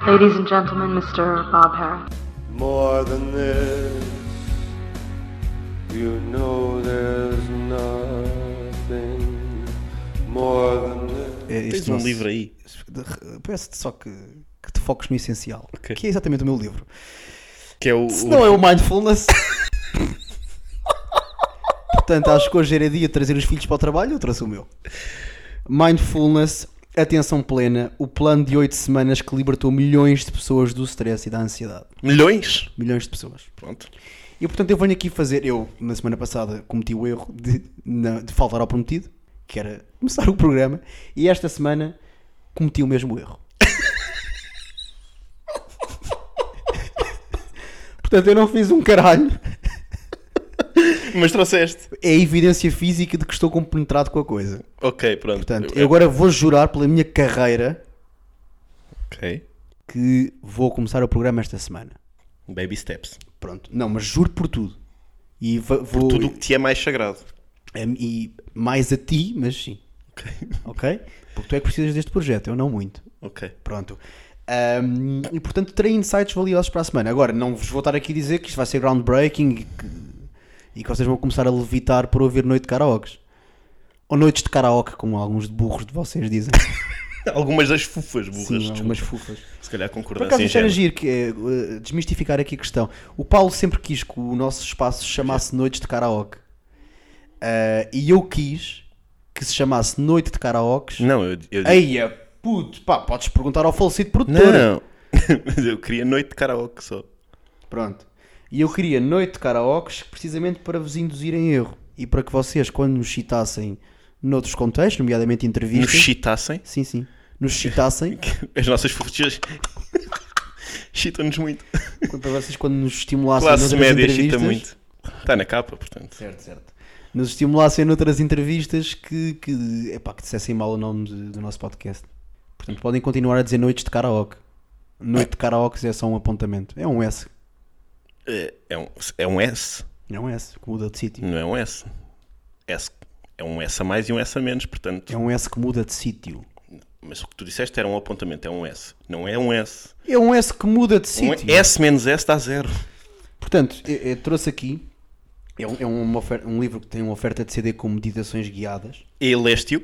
Ladies and gentlemen, Mr. Bob Harris. More than this, you know there's nothing more than this. É, Tens este um nosso- livro aí. de- Peço-te só que, que te foques no essencial, Ok. que é exatamente o meu livro. Que é o. Se o- não é o Mindfulness. Portanto, acho que hoje era dia de trazer os filhos para o trabalho, eu trouxe o meu. Mindfulness, atenção plena, o plano de 8 semanas que libertou milhões de pessoas do stress e da ansiedade. Milhões? Milhões de pessoas. Pronto. E portanto eu venho aqui fazer, eu na semana passada cometi o erro de, na- de faltar ao prometido, que era começar o programa, e esta semana cometi o mesmo erro. portanto eu não fiz um caralho, Mas trouxeste. é a evidência física de que estou compenetrado com a coisa. Ok, pronto. Portanto, eu agora vou jurar pela minha carreira Ok. que vou começar o programa esta semana. Baby steps. Pronto, não, mas juro por tudo. E va- vou, Tudo o que te é mais sagrado. Em- e mais a ti, mas sim, Ok. ok? Porque tu é que precisas deste projeto, eu não muito. Ok. Pronto. Ahm, e portanto terei insights valiosos para a semana. Agora, não vos vou estar aqui a dizer que isto vai ser groundbreaking e que, e que vocês vão começar a levitar por ouvir noite de karaokes. Ou noites de karaoke, como alguns de burros de vocês dizem. Algumas das fufas burras. Sim, algumas fufas. Se calhar assim, Por concordância acaso, isto era ingênua. giro, que é, eh, desmistificar aqui a questão. O Paulo sempre quis que o nosso espaço se chamasse Noites de Karaoke. Ah, e eu quis que se chamasse Noite de Karaokes. Não, eu. eu... Ei, é puto, pá, podes perguntar ao falecido produtor. Não. eu queria noite de karaoke só. Pronto. E eu queria Noite de Karaokes precisamente para vos induzir em erro. E para que vocês, quando nos citassem noutros contextos, nomeadamente Nos entrevistas... chitassem. Sim, sim. Nos citassem... As nossas furtias chitam-nos muito. para vocês, quando nos estimulassem Classe noutras média chita entrevistas... muito. Está na capa, portanto. Certo, certo. Nos estimulassem noutras entrevistas que, que, epá, que dissessem mal o nome de- do nosso podcast. Portanto, podem continuar a dizer noites de karaoke. Noite de karaoke é só um apontamento. É um S. É, é um, é um S, É um S que muda de sítio. não é um S. S. É um S a mais e um S a menos, portanto. É um S que muda de sítio. Mas o que tu disseste era um apontamento, é um S. Não é um S. É um S que muda de Um sítio. S menos S dá zero. Portanto, eu, eu trouxe aqui. É, um, é uma ofer- um livro que tem uma oferta de CD com meditações guiadas. E leste-o.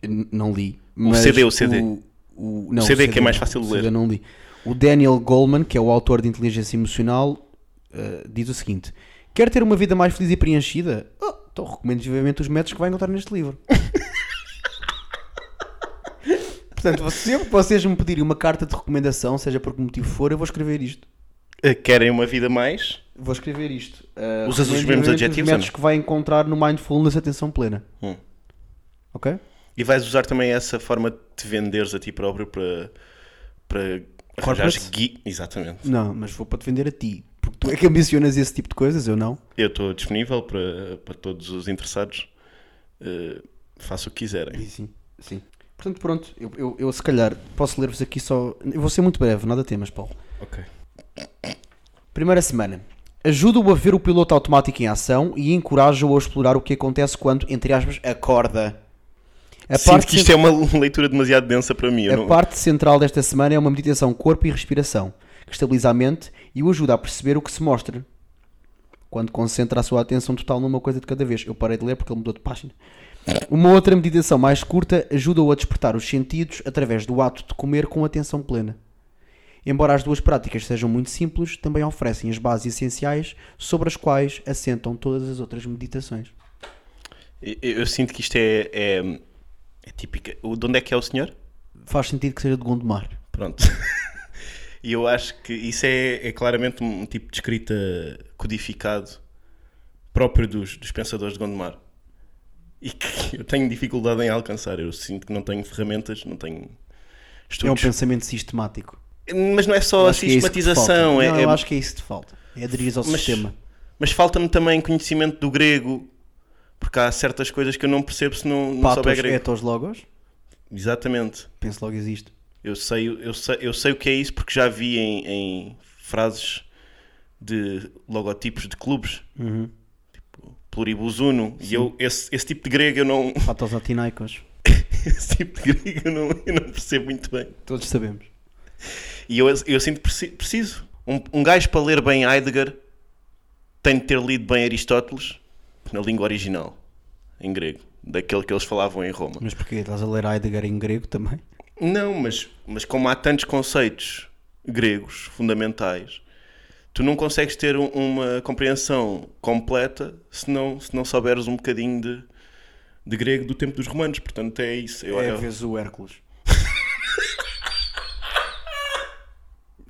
Eu n- não li. mas CD, o CD. O, o- não, O CD que é mais não, fácil de o CD ler. não li. O Daniel Goleman, que é o autor de Inteligência Emocional, eh, diz o seguinte: Quer ter uma vida mais feliz e preenchida? Oh, então recomendo vivamente os métodos que vai encontrar neste livro. Portanto, sempre que vocês me pedirem uma carta de recomendação, seja por que motivo for, eu vou escrever isto. Eh, Querem uma vida mais? Vou escrever isto. Eh, Usas os recomendo mesmos vivamente adjetivos, Os métodos Ana? que vai encontrar no Mindfulness Atenção Plena. Hum. Ok? E vais usar também essa forma de te venderes a ti próprio para. para Corporate? arranjares gui. Exatamente. Não, mas vou para defender a ti. Porque tu é que ambicionas esse tipo de coisas, eu não. Eu estou disponível para, para todos os interessados. Eh, faço o que quiserem. sim, sim. Portanto, pronto, eu, eu, eu, se calhar posso ler-vos aqui só. Eu vou ser muito breve, nada temas, Paulo. Ok. Primeira semana. Ajuda-o a ver o piloto automático em ação e encoraja-o a explorar o que acontece quando, entre aspas, acorda. A Sinto que cen- isto é uma leitura demasiado densa para mim. eu A não- parte central desta semana é uma meditação corpo e respiração, que estabiliza a mente e o ajuda a perceber o que se mostra. Quando concentra a sua atenção total numa coisa de cada vez. Eu parei de ler porque ele mudou de página. Uma outra meditação mais curta ajuda-o a despertar os sentidos através do ato de comer com atenção plena. Embora as duas práticas sejam muito simples, também oferecem as bases essenciais sobre as quais assentam todas as outras meditações. Eu, eu sinto que isto é, é, é típica. O- De onde é que é o senhor? Faz sentido que seja de Gondomar. Pronto. E eu acho que isso é, é claramente um tipo de escrita codificado próprio dos, dos pensadores de Gondomar. E que eu tenho dificuldade em alcançar. Eu sinto que não tenho ferramentas, não É tenho um estudos. pensamento sistemático. Mas não é só a Acho que é isso que te sistematização. falta. é- Não, é- eu acho que é isso que te falta. É aderir ao Mas- sistema. Mas falta-me também conhecimento do grego. Porque há certas coisas que eu não percebo se não, não souber Patos, é- grego. etos, logos. Exatamente. Penso logo existe. Eu sei, eu, sei, eu sei o que é isso porque já vi em, em frases de logotipos de clubes. Tipo, pluribus uno. E eu, esse, esse tipo de grego eu não. Patos atinaicos. Esse tipo de grego eu não, eu não percebo muito bem. Todos sabemos. E eu, eu sinto preci- preciso. Um, um gajo para ler bem Heidegger tem de ter lido bem Aristóteles na língua original, em grego, daquele que eles falavam em Roma. Mas porquê? Estás a ler Heidegger em grego também? Não, mas, mas como há tantos conceitos gregos fundamentais, tu não consegues ter um- uma compreensão completa se não, se não souberes um bocadinho de, de grego do tempo dos romanos. Portanto, é isso. Eu, eu- vezes o Hércules.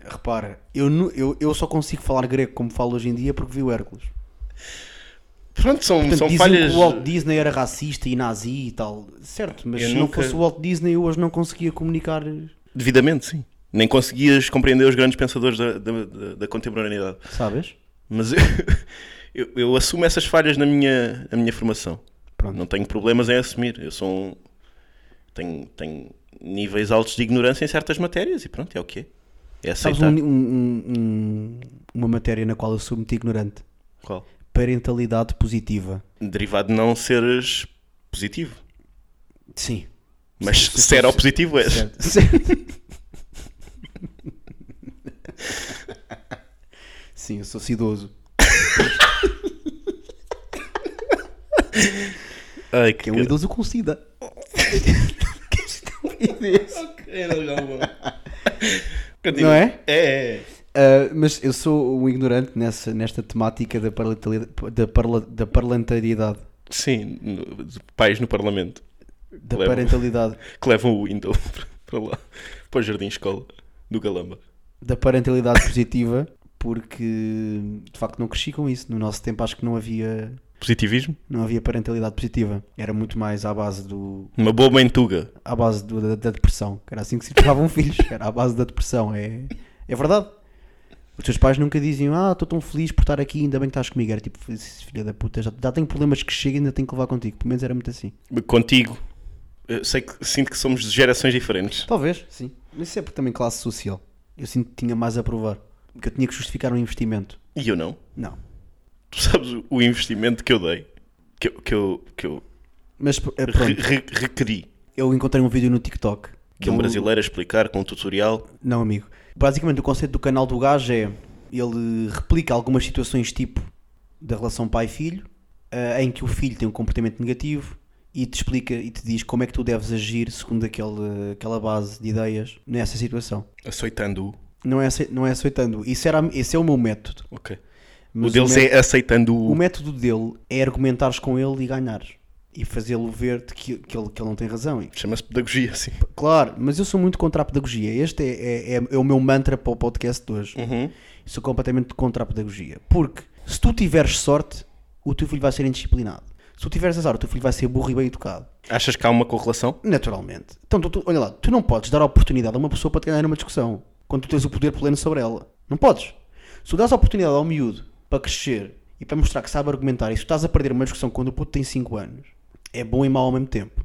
Repara, eu, nu- eu, eu só consigo falar grego como falo hoje em dia porque vi o Hércules. Pronto, são, Portanto, são dizem falhas. que o Walt Disney era racista e nazi e tal. Certo, mas Eu se não nunca- fosse o Walt Disney eu hoje não conseguia comunicar. Devidamente, sim. Nem conseguias compreender os grandes pensadores da, da- da- da contemporaneidade. Sabes? Mas eu, eu, eu assumo essas falhas na minha, na minha formação. Pronto. Não tenho problemas em assumir. Eu sou um. Tenho, tenho níveis altos de ignorância em certas matérias e pronto, é o que é. É Sabes aceitar. um- um- um- uma matéria na qual eu sou muito ignorante? Qual? Parentalidade positiva. Derivado de não seres positivo. Sim. Mas ser ao positivo é. és. Certo. Certo. Sim, eu sou sidoso. Ai, que Que é um cara- idoso com sida. Que estupidez. Era legal, bom. é Continua. Não é? É, é. Ah, mas eu sou um ignorante nessa, nesta temática da, parletalidade- da, parla, da parlamentariedade. Sim, no- de pais no Parlamento Da Leva. parentalidade. que levam o window para- para lá, para o Jardim Escola do Galamba. Da parentalidade positiva. Porque de facto não cresci com isso. No nosso tempo acho que não havia, Positivismo? não havia parentalidade positiva. Era muito mais à base do, Uma boa bentuga. à base do- da, da depressão. que Era assim que se tiravam filhos. Era à base da depressão. É, é verdade. Os teus pais nunca diziam, ah, estou tão feliz por estar aqui, ainda bem que estás comigo. Era tipo, filha da puta, já, já tenho problemas que chega e ainda tenho que levar contigo. Pelo menos era muito assim. Contigo. Eu sei que sinto que somos de gerações diferentes. Talvez, sim. Mas isso é porque também classe social. Eu sinto que tinha mais a provar. Que eu tinha que justificar um investimento. E eu não. Não. Tu sabes o- o investimento que eu dei? Que eu, que eu, que eu Mas pr- eh, re- pronto, re- requeri. eu encontrei um vídeo no TikTok. De um do- brasileiro a explicar com um tutorial. Não, amigo. Basicamente, o conceito do canal do gajo é ele replica algumas situações tipo da relação pai-filho, eh, em que o filho tem um comportamento negativo e te explica e te diz como é que tu deves agir segundo aquele, aquela base de ideias nessa situação. Aceitando-o. Não é, acei- não é aceitando. Isso era, esse é o meu método. Ok. Mas o deles mé- é aceitando-o. o método dele é argumentares com ele e ganhares. E fazê-lo ver de que, que ele, que ele não tem razão. E, Chama-se pedagogia, assim. Tipo, claro, mas eu sou muito contra a pedagogia. Este é, é, é- é o meu mantra para o podcast de hoje. Uhum. Sou completamente contra a pedagogia. Porque se tu tiveres sorte, o teu filho vai ser indisciplinado. Se tu tiveres azar, o teu filho vai ser burro e bem educado. Achas que há uma correlação? Naturalmente. Então, tu, tu- olha lá, tu não podes dar oportunidade a uma pessoa para te ganhar uma discussão quando tu tens o poder pleno sobre ela. Não podes. Se tu dás oportunidade ao miúdo para crescer e para mostrar que sabe argumentar e se tu estás a perder uma discussão quando o puto tem 5 anos, é bom e mau ao mesmo tempo.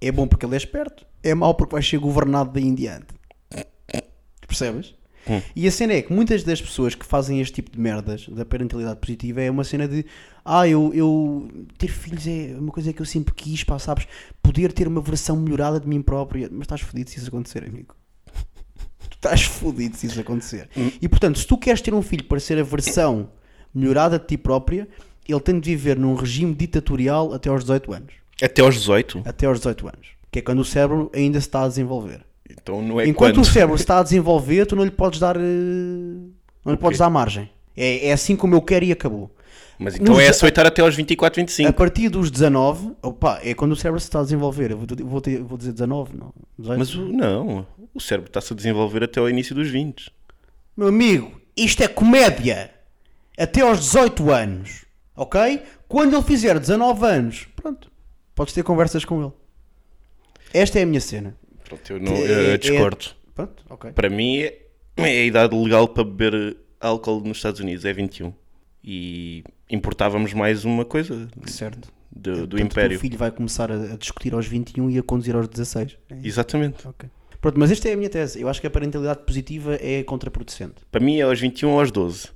É bom porque ele é esperto, é mau porque vai ser governado daí em diante. Percebes? E a cena é que muitas das pessoas que fazem este tipo de merdas da parentalidade positiva é uma cena de ah, eu, eu ter filhos é uma coisa que eu sempre quis, pá, sabes? Poder ter uma versão melhorada de mim próprio. Mas estás fodido se isso acontecer, amigo. Tu estás fodido se isso acontecer. E portanto, se tu queres ter um filho para ser a versão melhorada de ti própria, ele tem de viver num regime ditatorial até aos 18 anos. Até aos 18? Até aos 18 anos. Que é quando o cérebro ainda se está a desenvolver. Então não é Enquanto quando. o cérebro se está a desenvolver, tu não lhe podes dar. eh, Não lhe podes dar margem. É, é assim como eu quero e acabou. Mas então Nos é de- aceitar até aos 24, A 25. partir dos 19, opa, é quando o cérebro se está a desenvolver. Eu vou, vou ter- vou dizer 19, não. 18. Mas o- não. O cérebro está-se a desenvolver até ao início dos 20. Meu amigo, isto é comédia. Até aos 18 anos. Ok? Quando ele fizer 19 anos, pronto. Podes ter conversas com ele. Esta é a minha cena. Pronto, eu, não, É- eu é- discordo. Pronto, ok. Para mim é é a idade legal para beber álcool nos Estados Unidos, é 21. E importávamos mais uma coisa Certo. do, do Portanto, É, O Império. teu filho vai começar a, a discutir aos 21 e a conduzir aos 16. É isso? Exatamente. Pronto, mas esta é a minha tese. Eu acho que a parentalidade positiva é contraproducente. Para mim é aos 21 ou aos 12.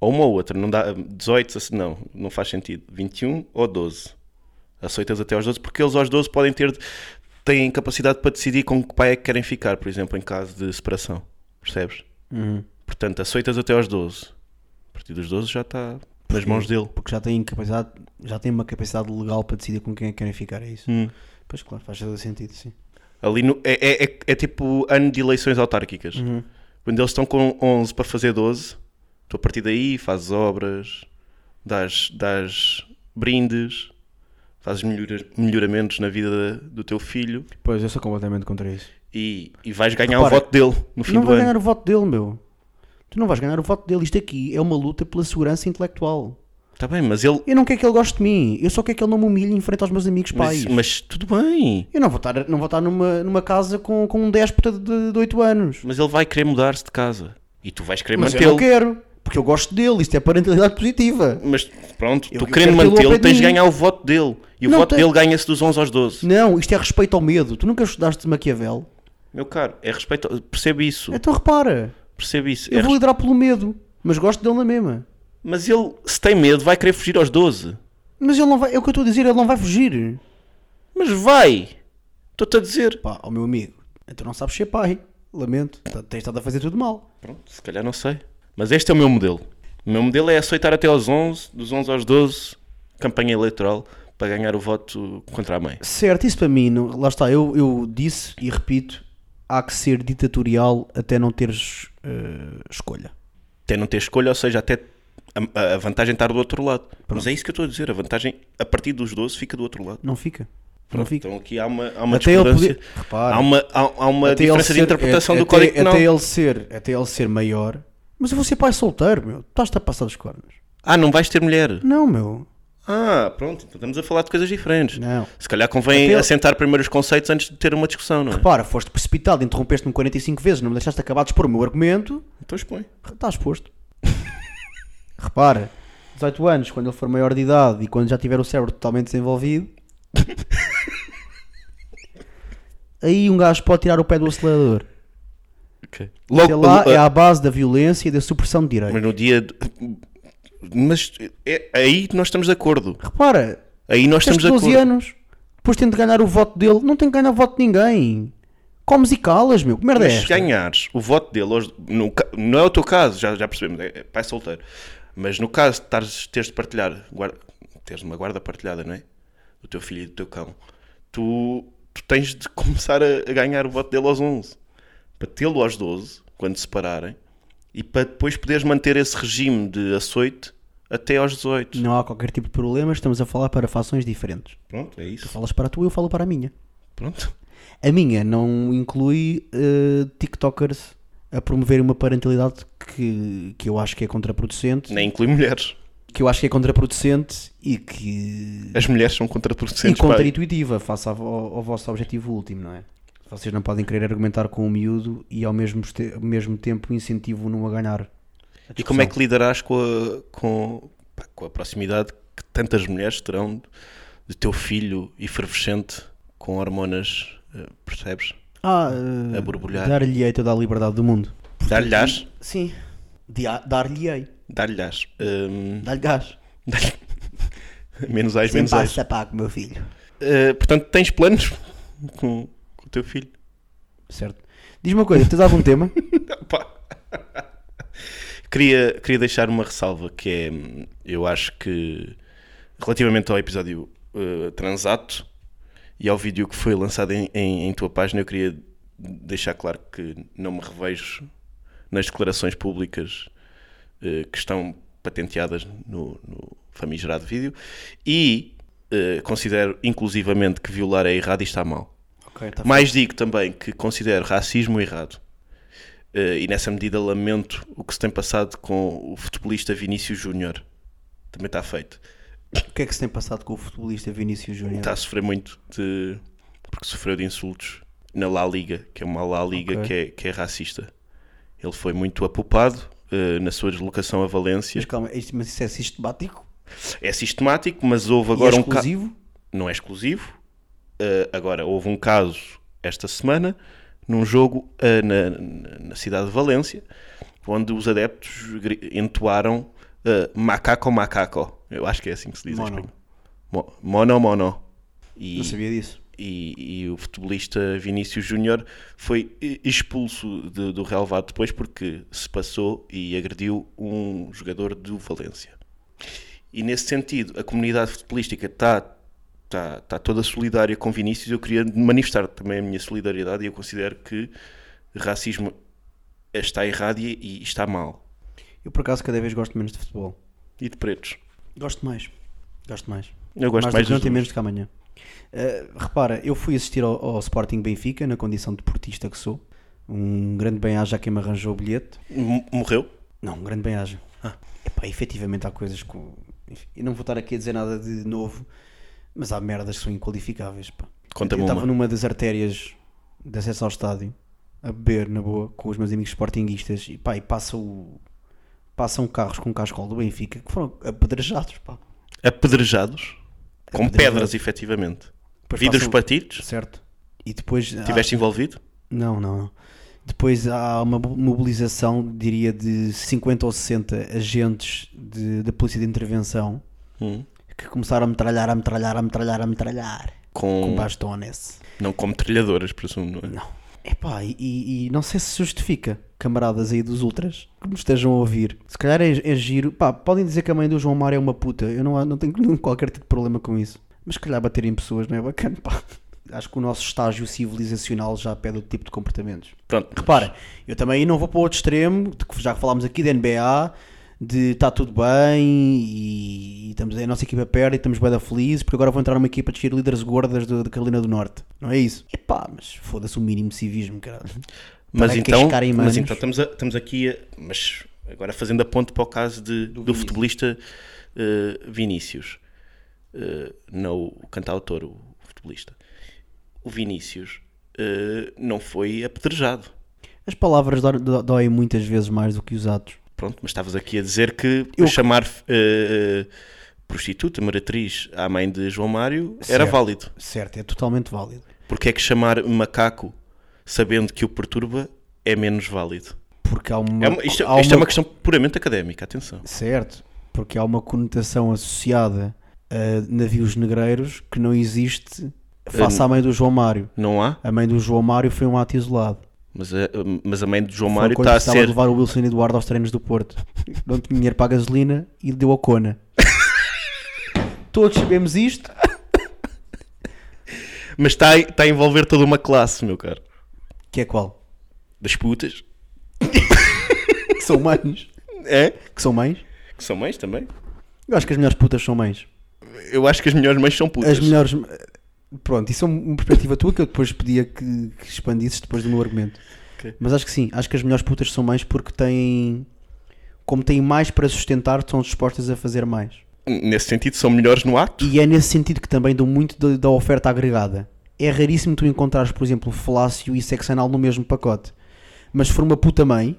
Ou uma ou outra, não dá 18, assim, não, não faz sentido. 21 ou 12. Aceitas até aos 12, porque eles aos 12 podem ter têm capacidade para decidir com que pai é que querem ficar, por exemplo, em caso de separação. Percebes? Uhum. Portanto, aceitas até aos 12. A partir dos 12 já está nas mãos dele. Porque já têm capacidade, já têm uma capacidade legal para decidir com quem é que querem ficar, é isso? Uhum. Pois claro, faz todo sentido, sim. Ali no- é, é- é- é tipo ano de eleições autárquicas. Uhum. Quando eles estão com 11 para fazer 12, tu a partir daí fazes obras, dás, dás brindes, fazes melhora- melhoramentos na vida do teu filho Pois, eu sou completamente contra isso. Tu e, e vais ganhar Repara, o voto dele no fim não do vais ano. ganhar o voto dele, meu. Tu não vais ganhar o voto dele. Isto aqui é uma luta pela segurança intelectual. Está Tá bem, mas ele. Eu não quero que ele goste de mim. Eu só quero que ele não me humilhe em frente aos meus amigos Mas, pais. mas tudo bem. Eu não vou estar, não vou estar numa, numa casa com, com um déspota de, de 8 anos. Mas ele vai querer mudar-se de casa. E tu vais querer Mas eu não mantê-lo. quero. Porque eu gosto dele. Isto é parentalidade positiva. Mas pronto, Eu- tu eu querendo quero tê-lo ao pé mantê-lo, de tens de mim. ganhar o voto dele. E o Não voto tem- dele ganha-se dos 11 aos 12. Não, isto é respeito ao medo. Tu nunca estudaste Maquiavel. Meu caro, é respeito. Percebe isso. Então repara. Percebe isso. É Eu vou res- liderar pelo medo. Mas gosto dele na mesma. Mas ele, se tem medo, vai querer fugir aos 12. Mas ele não vai. É o que eu estou a dizer. Ele não vai fugir. Mas vai! Estou-te a dizer. Pá, ó meu amigo. Então não sabes ser pai. Lamento. Tá- Tens estado a fazer tudo mal. Pronto, se calhar não sei. Mas este é o meu modelo. O meu modelo é aceitar até aos 11, dos 11 aos 12, campanha eleitoral, para ganhar o voto contra a mãe. Certo, isso para mim, não- lá está, eu, eu disse e repito, há que ser ditatorial até não teres eh, escolha. Até não ter escolha, ou seja, até a, a- a vantagem estar do outro lado. Mas é isso que eu estou a dizer. A vantagem, a partir dos 12, fica do outro lado. Não fica. não Pronto, fica. Então aqui há uma, há uma Até ele discordância. poder- Repara. há uma, há, há uma Até diferença de ser- é- interpretação até- do código até, penal. até ele ser Até ele ser maior. Mas eu vou ser pai solteiro, meu. Tu estás-te a passar dos cornos. Ah, não vais ter mulher. Não, meu. Ah, pronto, então estamos a falar de coisas diferentes. Não. Se calhar convém Até eu- assentar primeiro os conceitos antes de ter uma discussão, não é? Repara, foste precipitado, interrompeste-me 45 vezes, não me deixaste acabar de expor o meu argumento. Então expõe. Está exposto. Repara, 18 anos, quando ele for maior de idade e quando já tiver o cérebro totalmente desenvolvido, aí um gajo pode tirar o pé do acelerador. Até Logo, lá uh, é à base da violência e da supressão de mas direitos. no dia. de- Mas é- aí nós estamos de acordo. Repara, Aí nós tens estamos de 12 acordo. anos, depois tem de ganhar o voto dele, não tem de ganhar o voto de ninguém. Comes e calas, meu, que merda é Mas se esta? ganhares o voto dele, hoje, no ca- não é o teu caso, já, já percebemos, é é pai solteiro. Mas no caso de tares- teres de partilhar, guarda, teres uma guarda partilhada, não é? Do teu filho e do teu cão, tu, tu tens de começar a, a ganhar o voto dele aos 11, para tê-lo aos 12, quando se separarem, e para depois poderes manter esse regime de açoite até aos 18. Não há qualquer tipo de problema, estamos a falar para fações diferentes. Pronto, é isso. Falas para a tua, eu falo para a minha. Pronto. A minha não inclui eh, TikTokers a promover uma parentalidade que, que eu acho que é contraproducente. Nem inclui mulheres. Que eu acho que é contraproducente e que. As mulheres são e contraproducentes. pá. contraintuitiva, face ao, ao vosso objetivo último, não é? Vocês não podem querer argumentar com o miúdo e ao mesmo, este- ao mesmo tempo incentivo-no a ganhar. a E como é discussão. que lidarás com a, com, pá, com a proximidade que tantas mulheres terão de teu filho efervescente com hormonas, eh, percebes? Ah, A eh, borbulhar. Dar-lhe-ei toda a liberdade do mundo. Dar-lhe-ás? Sim. Dia- Dar-lhe-ei. Dar-lhe-ás. Hum, Dar-lhe gás. dar-lhe- menos ais, Sem menos ais. passa pago, meu filho. Eh, portanto, tens planos com, com o teu filho? Certo. Diz-me uma coisa, tens algum tema? Pá. Queria, queria deixar uma ressalva que é, hum, eu acho que relativamente ao episódio eh, transato e ao vídeo que foi lançado em, em- em tua página, eu queria deixar claro que não me revejo nas declarações públicas eh, que estão patenteadas no, no famigerado vídeo e eh, considero inclusivamente que violar é errado e está mal. Ok, tá Mas digo também que considero racismo errado. Eh, e nessa medida lamento o que se tem passado com o futebolista Vinícius Júnior. Também está feito. O que é que se tem passado com o futebolista Vinícius Júnior? Está a sofrer muito de. porque sofreu de insultos na La Liga, que é uma La Liga Ok. que, é, que é racista. Ele foi muito apupado eh, na sua deslocação a Valência. Mas calma, isto, mas isso é sistemático É sistemático, mas houve Agora agora e é um caso. exclusivo? não é exclusivo. Uh, agora, houve um caso esta semana, num jogo uh, na, na- na cidade de Valência, onde os adeptos gri- entoaram uh, macaco, macaco. Eu acho que é assim que se diz em Mono. espanhol. Mo- Mono, mono. E Não sabia disso. e, e o futebolista Vinícius Júnior foi e- expulso de- do relevado depois porque se passou e agrediu um jogador do Valência. E nesse sentido, a comunidade futebolística está tá, tá toda solidária com Vinícius. Eu queria manifestar também a minha solidariedade e eu considero que racismo está errado e, e está mal. Eu por acaso cada vez gosto menos de futebol. E de pretos. Gosto mais. Gosto mais. Eu gosto mais mais, do que dos ontem, dois. menos do que amanhã. Eh, repara, eu fui assistir ao, ao Sporting Benfica na condição de deportista que sou. Um grande bem-aja a quem me arranjou o bilhete. M- Morreu? Não, um grande bem-aja. Ah. Epá, efetivamente há coisas que. enfim, eu não vou estar aqui a dizer nada de novo, mas há merdas que são inqualificáveis. Pá. Conta-me eu uma. estava numa das artérias de acesso ao estádio, a beber na boa, com os meus amigos sportinguistas, e pá, e passa o- Passam carros com cascol do Benfica que foram apedrejados, pá. Apedrejados? Com Apedrejado. pedras, efetivamente. Depois Vidros passam- partidos? Certo. E depois. há- Tiveste envolvido? Não, não, não. Depois há uma bo- mobilização, diria, de 50 ou 60 agentes de- da Polícia de Intervenção Hum. que começaram a metralhar, a metralhar, a metralhar, a metralhar. Com, Com bastones. Não como trilhadoras, presumo, não é? Não. Epá, e, e- e não sei se justifica, camaradas aí dos ultras, que me estejam a ouvir. Se calhar é, é giro. Pá, podem dizer que a mãe do João Mário é uma puta. Eu não, não tenho qualquer tipo de problema com isso. Mas se calhar bater em pessoas não é bacana, pá. Acho que o nosso estágio civilizacional já pede outro tipo de comportamentos. Pronto. Repara, eu também não vou para o outro extremo, de que já falámos aqui da NBA, de está tudo bem e, e estamos, a nossa equipa perde e estamos bem da felizes, porque agora vou entrar numa equipa de cheerleaders gordas do- da Carolina do Norte. Não é isso? Epá, mas foda-se o mínimo de civismo, caralho. Mas Para então, cascar em manos. mas então estamos, a- estamos aqui, a- mas agora fazendo a ponte para o caso de- do, futebolista eh, Vinícius, Eh, não o cantautor, o futebolista. O Vinícius eh, não foi apedrejado. As palavras dor- do- doem muitas vezes mais do que os atos. Pronto, mas estavas aqui a dizer que Eu- chamar eh, eh, prostituta, meretriz à mãe de João Mário era Certo. válido. Certo, é totalmente válido. Porque é que chamar macaco sabendo que o perturba é menos válido? Porque há uma. É uma- isto há isto é uma questão puramente académica, atenção. Certo, porque há uma conotação associada a navios negreiros que não existe face à mãe do João Mário. Não há, A mãe do João Mário foi um ato isolado. mas a, mas a mãe de João Foi Mário quando está a estava ser. levar o Wilson Eduardo aos treinos do Porto. Não tinha dinheiro para a gasolina e deu a cona. Todos sabemos isto. Mas está, a- está a envolver toda uma classe, meu caro. Que é qual? Das putas. Que são mães. É? Que são mães? Que são mães também. Eu acho que as melhores putas são mães. Eu acho que as melhores mães são putas. As melhores. Pronto, isso é uma perspectiva tua que eu depois pedia que, que expandisses depois do meu argumento. Ok. Mas acho que sim, acho que as melhores putas são mães porque têm. Como têm mais para sustentar, estão dispostas a fazer mais. Nesse sentido, são melhores no ato. E é nesse sentido que também dou muito da, da oferta agregada. É raríssimo tu encontrares, por exemplo, falácio e sexo anal no mesmo pacote. Mas se for uma puta mãe,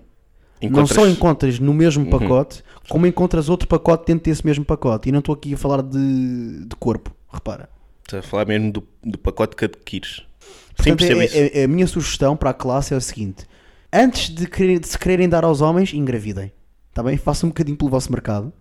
Encontras- Uhum. não só encontras no mesmo pacote, como encontras outro pacote dentro desse mesmo pacote. E não estou aqui a falar de, de corpo, repara. Estás a falar mesmo do, do pacote que adquires. Sim, Portanto, percebo é- isso. é- é a minha sugestão para a classe é o seguinte: antes de, querer- de se quererem dar aos homens, engravidem. Está bem? Façam um bocadinho pelo vosso mercado.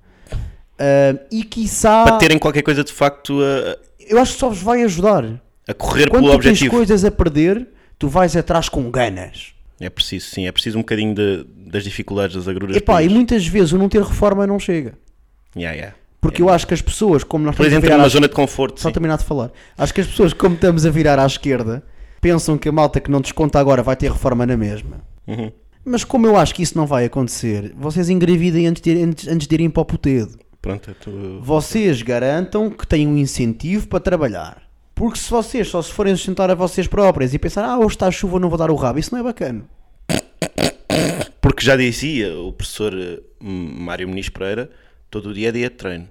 Ah, e quiçá. Para terem qualquer coisa de facto a, Eu acho que só vos vai ajudar. a correr Quando pelo tu tens objetivo. coisas a perder, tu vais atrás com ganas. É preciso, sim. É preciso um bocadinho de- das dificuldades, das agruras. Epá, e todas. muitas vezes o não ter reforma não chega. Yeah, yeah. Porque eu acho que as pessoas, como nós Depois estamos a É. entra virar numa à... zona de conforto. Só sim. terminar de falar. Acho que as pessoas, como estamos a virar à esquerda, pensam que a malta que não desconta agora vai ter reforma na mesma. Uhum. Mas como eu acho que isso não vai acontecer, vocês engravidem antes de, antes, antes de irem para o putedo. Pronto, eu tô- Vocês garantam que têm um incentivo para trabalhar. Porque se vocês só se forem sustentar a vocês próprias e pensar, ah, hoje está a chuva, não vou dar o rabo, isso não é bacana. Porque já dizia o professor eh, M- Mário Muniz Pereira, todo o dia é dia de treino.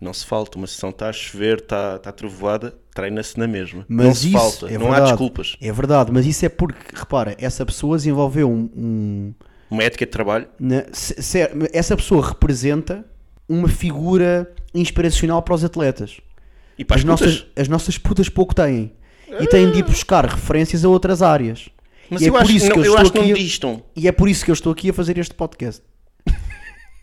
Não se falta, uma sessão está a chover, está, está trovoada, treina-se na mesma. Mas não se isso falta, é não há verdade. desculpas. É verdade, mas isso é porque, repara, essa pessoa desenvolveu um. um- Uma ética de trabalho, na- se- se- essa pessoa representa uma figura inspiracional para os atletas. E para as putas? Ah. nossas, as nossas putas pouco têm. E têm de ir buscar referências a outras áreas. mas E eu, é por acho, isso não, que eu eu estou acho que não aqui a- distam. E é por isso que eu estou aqui a fazer este podcast.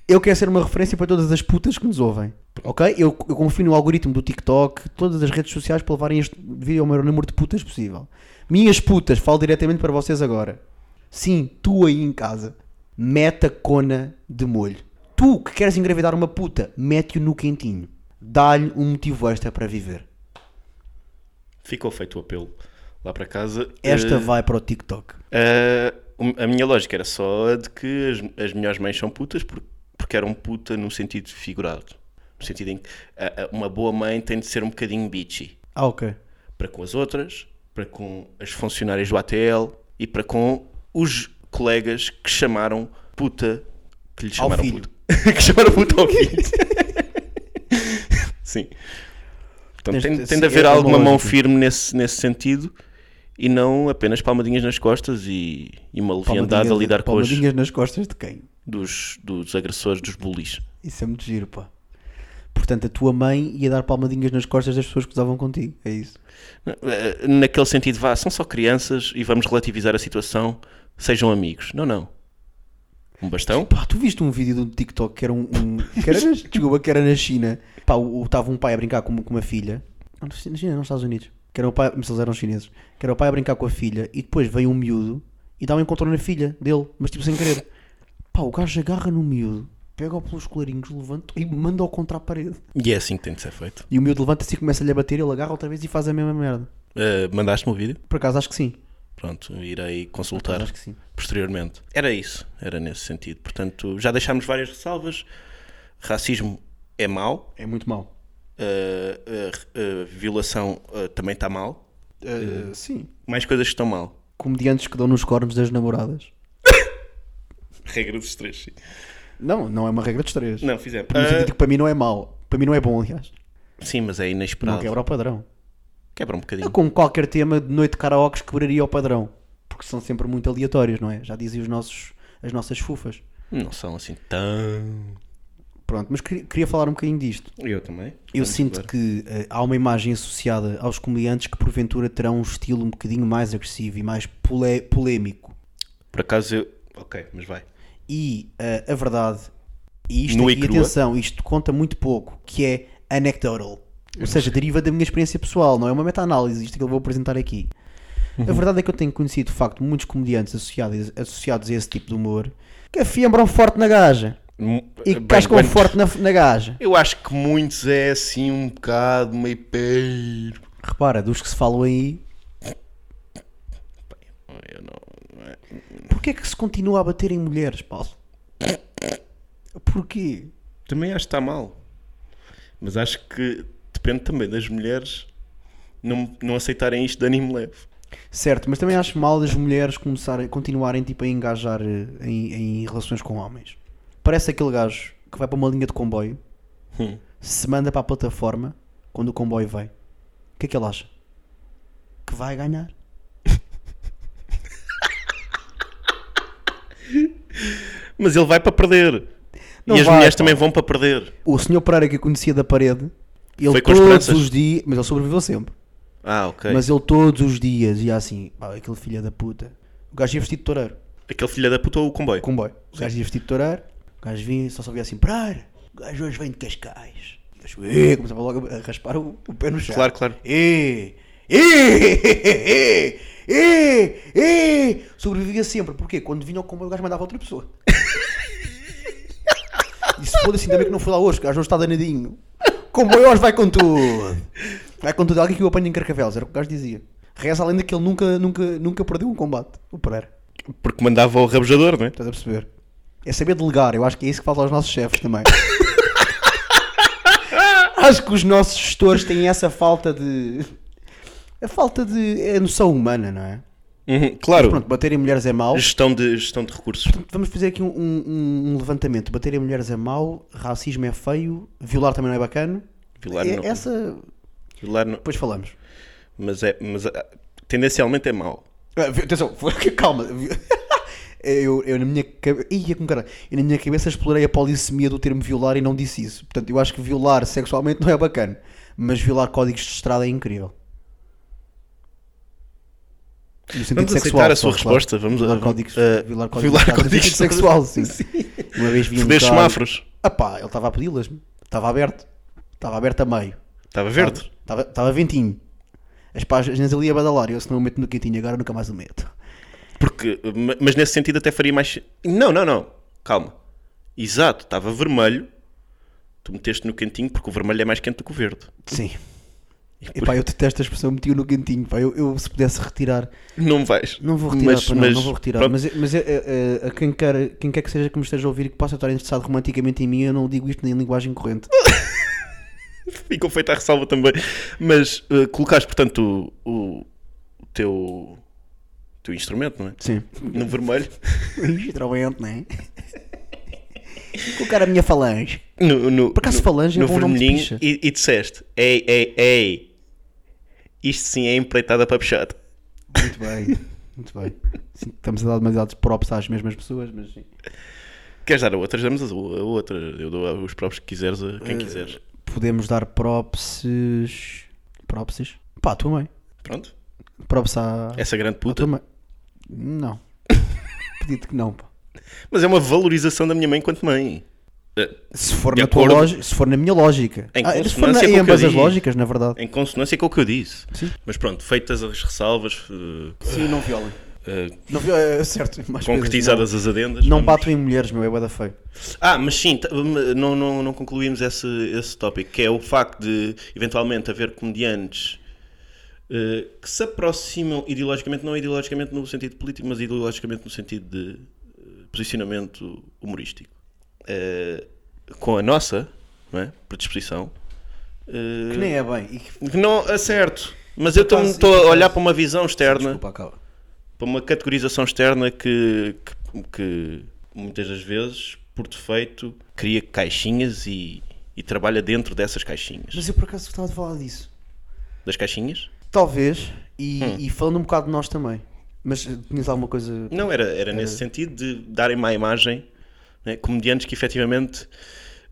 Eu quero ser uma referência para todas as putas que nos ouvem. Ok? Eu, eu confio no algoritmo do TikTok, todas as redes sociais para levarem este vídeo ao maior número de putas possível. Minhas putas, falo diretamente para vocês agora. Sim, tu aí em casa, mete a cona de molho. Tu que queres engravidar uma puta, mete-o no quentinho. Dá-lhe um motivo extra para viver. Ficou feito o apelo lá para casa. Esta Eh, vai para o TikTok. Ah, um- a minha lógica era só a de que as, as melhores mães são putas por- porque eram puta no sentido figurado. No sentido em que ah, ah, uma boa mãe tem de ser um bocadinho bitchy Ah, ok. para com as outras, para com as funcionárias do ATL e para com os colegas que chamaram puta, que lhe chamaram filho. puta. que chamaram puta ao filho. Sim. Então, Neste- tem, tem sim, de haver é uma alguma mão lógica. firme nesse, nesse sentido e não apenas palmadinhas nas costas e, e uma leviandade a Palmadinhas- lidar com os Palmadinhas nas costas de quem? dos, dos agressores, dos bullies. Isso é muito giro, pá. Portanto, a tua mãe ia dar palmadinhas nas costas das pessoas que usavam contigo. É isso. Na- eh, Naquele sentido, vá, são só crianças e vamos relativizar a situação, sejam amigos. Não, não. Um bastão? Pá, tu viste um vídeo do TikTok que era um. um- que era na, desculpa, que era na China. Pá, o- estava um pai a brincar com, uma- com uma filha. Ah, Não, Na China, nos Estados Unidos. Que era o pai, mas eles eram chineses. Que era o pai a brincar com a filha e depois veio um miúdo e dá um encontro na filha dele, mas tipo sem querer. Pá, o gajo agarra no miúdo, pega-o pelos colarinhos, levanta e manda-o contra a parede. E é assim que tem de ser feito. E o miúdo levanta-se e começa-lhe a bater, ele agarra outra vez e faz a mesma merda. Eh, Mandaste-me o vídeo? Por acaso, acho que sim. Pronto, irei Por acaso, consultar acho que sim. posteriormente. Era isso, era nesse sentido. Portanto, já deixámos várias ressalvas. Racismo é mau, É muito mau. Eh, eh, eh, violação eh, também está mal. Eh, sim. Mais coisas que estão mal. Comediantes que dão nos cornos das namoradas. Regra dos três, sim. Não, não é uma regra dos três. Não, fizemos. No Eh, sentido que para mim não é mau. Para mim não é bom, aliás. sim, mas é Não inesperado. quebra o padrão. Quebra um Eu, bocadinho. como qualquer tema de noite de karaoke, quebraria o padrão. Porque são sempre muito aleatórios, não é? Já diziam os nossos, as nossas fufas. Não são assim tão. Pronto, mas queria, queria falar um bocadinho disto. Eu também. Eu sinto que eh, há uma imagem associada aos comediantes que porventura terão um estilo um bocadinho mais agressivo e mais polé- polémico. Por acaso eu. Ok, mas vai. e eh, a verdade, e isto Nua e aqui, crua. atenção, isto conta muito pouco, que é anecdotal. Ou seja, deriva da minha experiência pessoal, não é uma meta-análise, isto que eu vou apresentar aqui. Uhum. A verdade é que eu tenho conhecido, de facto, muitos comediantes associados, associados a esse tipo de humor que afiambram forte na gaja e que Bem, cascam quando- forte na, na gaja. Eu acho que muitos é assim um bocado meio peiro. Repara, dos que se falam aí, Eu não. não é. porquê é que se continua a bater em mulheres, Paulo? Porquê? Também acho que está mal. Mas acho que depende também das mulheres não, não aceitarem isto de ânimo leve. Certo, mas também acho mal das mulheres começarem, continuarem tipo, a engajar eh, em, em relações com homens. Parece aquele gajo que vai para uma linha de comboio, Hum. se manda para a plataforma quando o comboio vem. O que é que ele acha? Que vai ganhar. Mas ele vai para perder. Não e as vai, mulheres pá. também vão para perder. O senhor Pereira que eu conhecia da parede, ele Foi com todos esperanças. os dias, mas ele sobreviveu sempre. Ah, ok. Mas ele todos os dias ia assim, "Pá, aquele filho da puta. O gajo ia vestido de toureiro. Aquele filho da puta ou o comboio. comboio. O gajo ia vestido de toureiro, o gajo vinha, só sabia assim, parar, o gajo hoje vem de Cascais. O gajo, "Ê", começava logo a raspar o, o pé no chão. Claro, claro. E, e, e, e, sobrevivia sempre. Porquê? Quando vinha ao comboio, o gajo mandava outra pessoa. E se for assim, também que não foi lá hoje, o gajo não está danadinho. Comboio hoje vai com tudo. Vai com tudo. Alguém que o apanha em Carcavelos, era o que o gajo dizia. Reza além de que ele nunca, nunca, nunca perdeu um combate. O Pereira. Porque mandava o rabejador, não é? Estás a perceber? É saber delegar, eu acho que é isso que falta aos nossos chefes também. acho que os nossos gestores têm essa falta de. A falta de. É noção humana, não é? Uhum, claro. Pronto, bater em mulheres é mau. Gestão de, gestão de recursos. Vamos fazer aqui um, um- um levantamento. Bater em mulheres é mau, racismo é feio, violar também não é bacana. Violar É- não. Essa. Lá no- Depois falamos. Mas, é, mas ah, tendencialmente é mau. Ah, vi- Atenção, foi- calma. vi- Eu, eu na minha cabeça. Ia com caralho. Eu na minha cabeça explorei a polissemia do termo violar e não disse isso. Portanto, eu acho que violar sexualmente não é bacana. Mas violar códigos de estrada é incrível. No sentido Vamos aceitar a sua só, claro. resposta, vamos a- Violar códigos, eh, violar códigos violar de estrada. no códigos sentido de sexual, estrada. sim. Uma vez vinha Foder semáforos. Apá, ele estava a pedi-las-me. Estava aberto. Estava aberto a meio. Estava verde. Estava- Estava ventinho. As páginas ali a badalar. Eu se não eu meto no quentinho, agora nunca mais o meto. Porque, ma- mas nesse sentido até faria mais. Não, não, não. Calma. Exato, estava vermelho. Tu meteste no cantinho porque o vermelho é mais quente do que o verde. Sim. Epá, eu detesto a expressão meti-o no quentinho. Pá, eu, eu se pudesse retirar. Não vais. Não vou retirar, pá, não, não vou retirar. pronto, Mas, mas eh, eh, a quem quer, quem quer que seja que me esteja a ouvir e que possa estar interessado romanticamente em mim, eu não digo isto nem em linguagem corrente. Ficou feita a ressalva também. Mas eh, colocaste, portanto, o, o teu, teu instrumento, não é? Sim. No vermelho. Literalmente, não é? Colocar a minha falange. No, no, Por acaso no- falange é no bom nome de vermelhinho picha. e, e disseste: Ei, ei, ei. Isto sim é empreitada para puxado. Muito bem, muito bem. Sim, estamos a dar demasiados props às mesmas pessoas, mas sim. Queres dar a outras? Damos a a outra. Eu dou os próprios que quiseres a quem quiseres. Podemos dar propses. Propses? Pá, tua mãe. Pronto. Props à. Essa grande à tua puta. mãe. Não. Pedido que não, pá. Então- Mas é uma valorização da minha mãe enquanto mãe. Se for, De na tua acordo- lógica, se for na minha lógica. Em Ah, se for na, consonância com em o que eu ambas as digo. lógicas, na verdade. Em consonância com o que eu disse. Sim. Mas pronto, feitas as ressalvas, eh, Sim, não violem. eh, Não violem, é certo. mais concretizadas as adendas. vezes, Não, não vamos- bato em mulheres, meu, é bué da feio. Ah, mas sim, t- m- não, não, não concluímos esse, esse tópico, que é o facto de eventualmente haver comediantes eh, que se aproximam ideologicamente, não ideologicamente no sentido político, mas ideologicamente no sentido de eh, posicionamento humorístico. Eh, com a nossa não é? predisposição. eh, Que nem é bem. E que- que não é certo. Mas eu acaso- estou por a acaso- olhar para uma visão externa Desculpa, acaba. para uma categorização externa que, que, que muitas das vezes, por defeito, cria caixinhas e, e trabalha dentro dessas caixinhas. Mas eu por acaso gostava de falar disso. Das caixinhas? Talvez, e, Hum. e falando um bocado de nós também. Mas eh, tinhas alguma coisa. Não, era, era nesse sentido de darem má imagem né, comediantes que efetivamente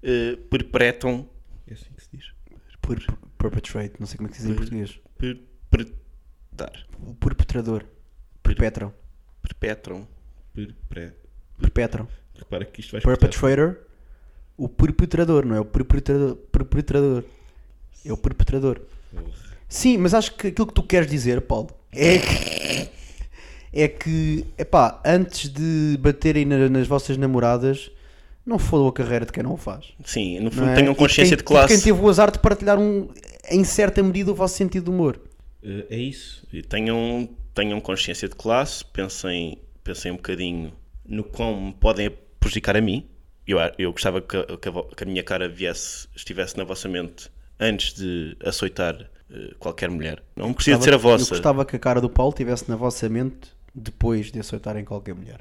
eh, perpetram. É assim que se diz? Per- per- Perpetrate, não sei como é que se diz em português. Perpetrar. O perpetrador. Perpetram. Perpetram. Perpre... Perpetram. Repara que é. isto vai Perpetrator. O perpetrador, não é? O perpetrador. perpetrador. É o perpetrador. Sim, mas acho que aquilo que tu queres dizer, Paulo, é que. É que, epá, antes de baterem na- nas vossas namoradas, não fodam a carreira de quem não o faz. Sim, no não fundo é? tenham E consciência quem- de classe. e Quem teve o azar de partilhar um, em certa medida o vosso sentido de humor. Eh, É isso. E Tenham, tenham consciência de classe, pensem, pensem um bocadinho no quão me podem prejudicar a mim. Eu, a- eu gostava que, a- que a, vo- que a minha cara viesse, estivesse na vossa mente antes de açoitar eh, qualquer mulher. Não precisa de ser a Gostava- vossa. Eu gostava que a cara do Paulo estivesse na vossa mente depois de açoitarem qualquer mulher.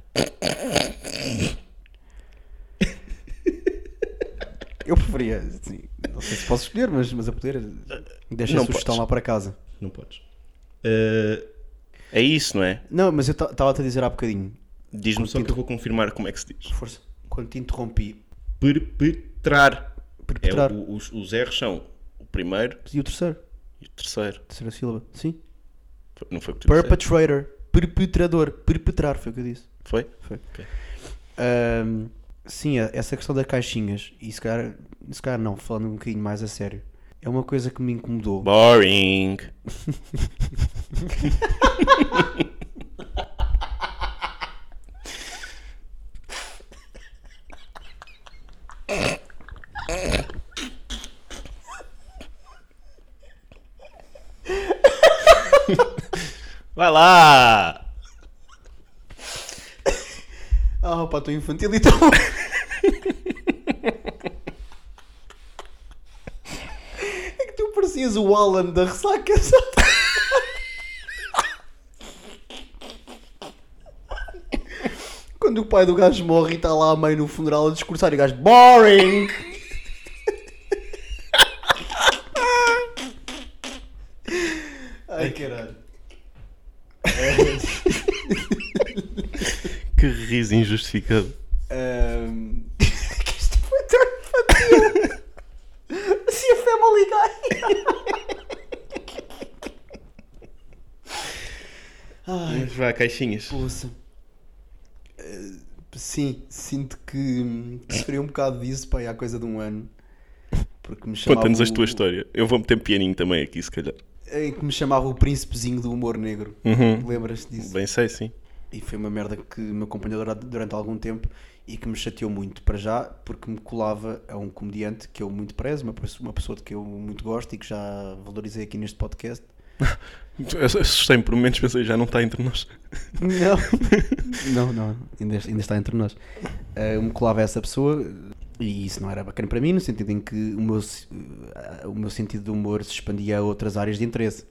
Eu preferia, assim, não sei se posso escolher, mas, mas a poder deixa Não a sugestão podes. lá para casa. Não podes. Eh, é isso, não é? Não, mas eu estava-te a dizer há bocadinho, Diz-me só que eu vou confirmar como é que se diz. força, quando te interrompi, Perpetrar. Perpetrar. É, o- os, os R's são o primeiro e o terceiro, e o terceiro. terceira sílaba, sim. Não foi o que tu disseste? Perpetrator, perpetrador, perpetrar, foi o que eu disse. Foi? Foi. Ok. Ahm, sim, a- essa questão das caixinhas, e se calhar, se calhar não, falando um bocadinho mais a sério, é uma coisa que me incomodou. Boring. Vai lá! Ah, pá, estou infantil então. é que tu parecias o Alan da ressaca. só tá- Quando o pai do gajo morre e está lá a mãe no funeral a discursar e o gajo BORING! Ai caralho. Que riso injustificado. Ahm, que isto foi tão infantil. Se a Family Guy. Ai, Mas vá, caixinhas. poça. Eh, Sim, sinto que, hum, que sofri um bocado disso, pá, e há coisa de um ano. Porque me chamava Conta-nos a o- tua história. Eu vou meter um pianinho também aqui, se calhar. Em que me chamava o príncipezinho do humor negro. Uhum. Lembras-te disso? Bem sei, sim. E foi uma merda que me acompanhou dura- durante algum tempo e que me chateou muito, para já, porque me colava a um comediante que eu muito prezo, uma, pessoa- uma pessoa de que eu muito gosto e que já valorizei aqui neste podcast. Eu Assustei-me, por momentos pensei, já não está entre nós. Não, não, não, ainda, ainda está entre nós. Eh, eu me colava a essa pessoa e isso não era bacana para mim, no sentido em que o meu, se- eh, o meu sentido de humor se expandia a outras áreas de interesse.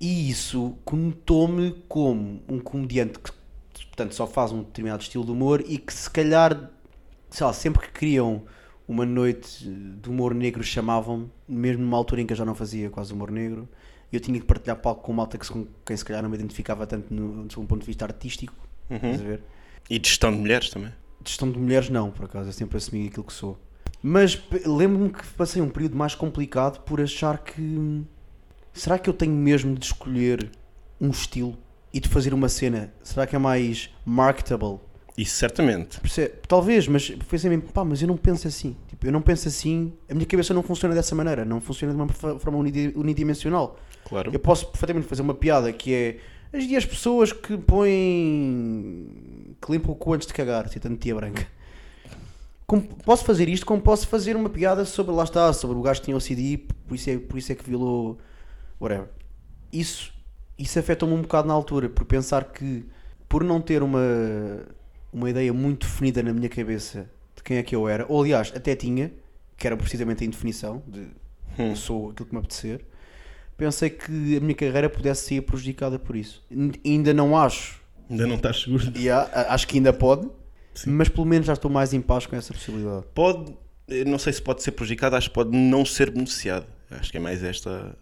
E isso conotou-me como um comediante que, portanto, só faz um determinado estilo de humor e que, se calhar, sei lá, sempre que criam uma noite de humor negro, chamavam-me, mesmo numa altura em que eu já não fazia quase humor negro, eu tinha que partilhar palco com malta que, se- com quem, se calhar, não me identificava tanto no, de um ponto de vista artístico. Estás a ver? E de gestão de mulheres também. De gestão de mulheres, não, por acaso, eu sempre assumi aquilo que sou. Mas p- lembro-me que passei um período mais complicado por achar que. hum, Será que eu tenho mesmo de escolher um estilo e de fazer uma cena? Será que é mais marketable? Isso certamente. Perce- Talvez, mas foi assim mesmo, pá, mas eu não penso assim. Tipo, eu não penso assim, a minha cabeça não funciona dessa maneira, não funciona de uma fa- forma unidi- unidimensional. Claro. Eu posso perfeitamente fazer uma piada que é as e as pessoas que põem. que limpam o cu antes de cagar, citando tia branca. Como- posso fazer isto como posso fazer uma piada sobre, lá está, sobre o gajo que tinha OCD, por isso é, por isso é que violou. whatever. Isso, isso afetou-me um bocado na altura, por pensar que, por não ter uma, uma ideia muito definida na minha cabeça de quem é que eu era, ou aliás, até tinha, que era precisamente a indefinição de eu sou aquilo que me apetecer pensei que a minha carreira pudesse ser prejudicada por isso. N- Ainda não acho. Ainda não estás seguro. E há- a- acho que ainda pode, Sim. mas pelo menos já estou mais em paz com essa possibilidade. Pode, eu não sei se pode ser prejudicado, acho que pode não ser beneficiado. Acho que é mais esta.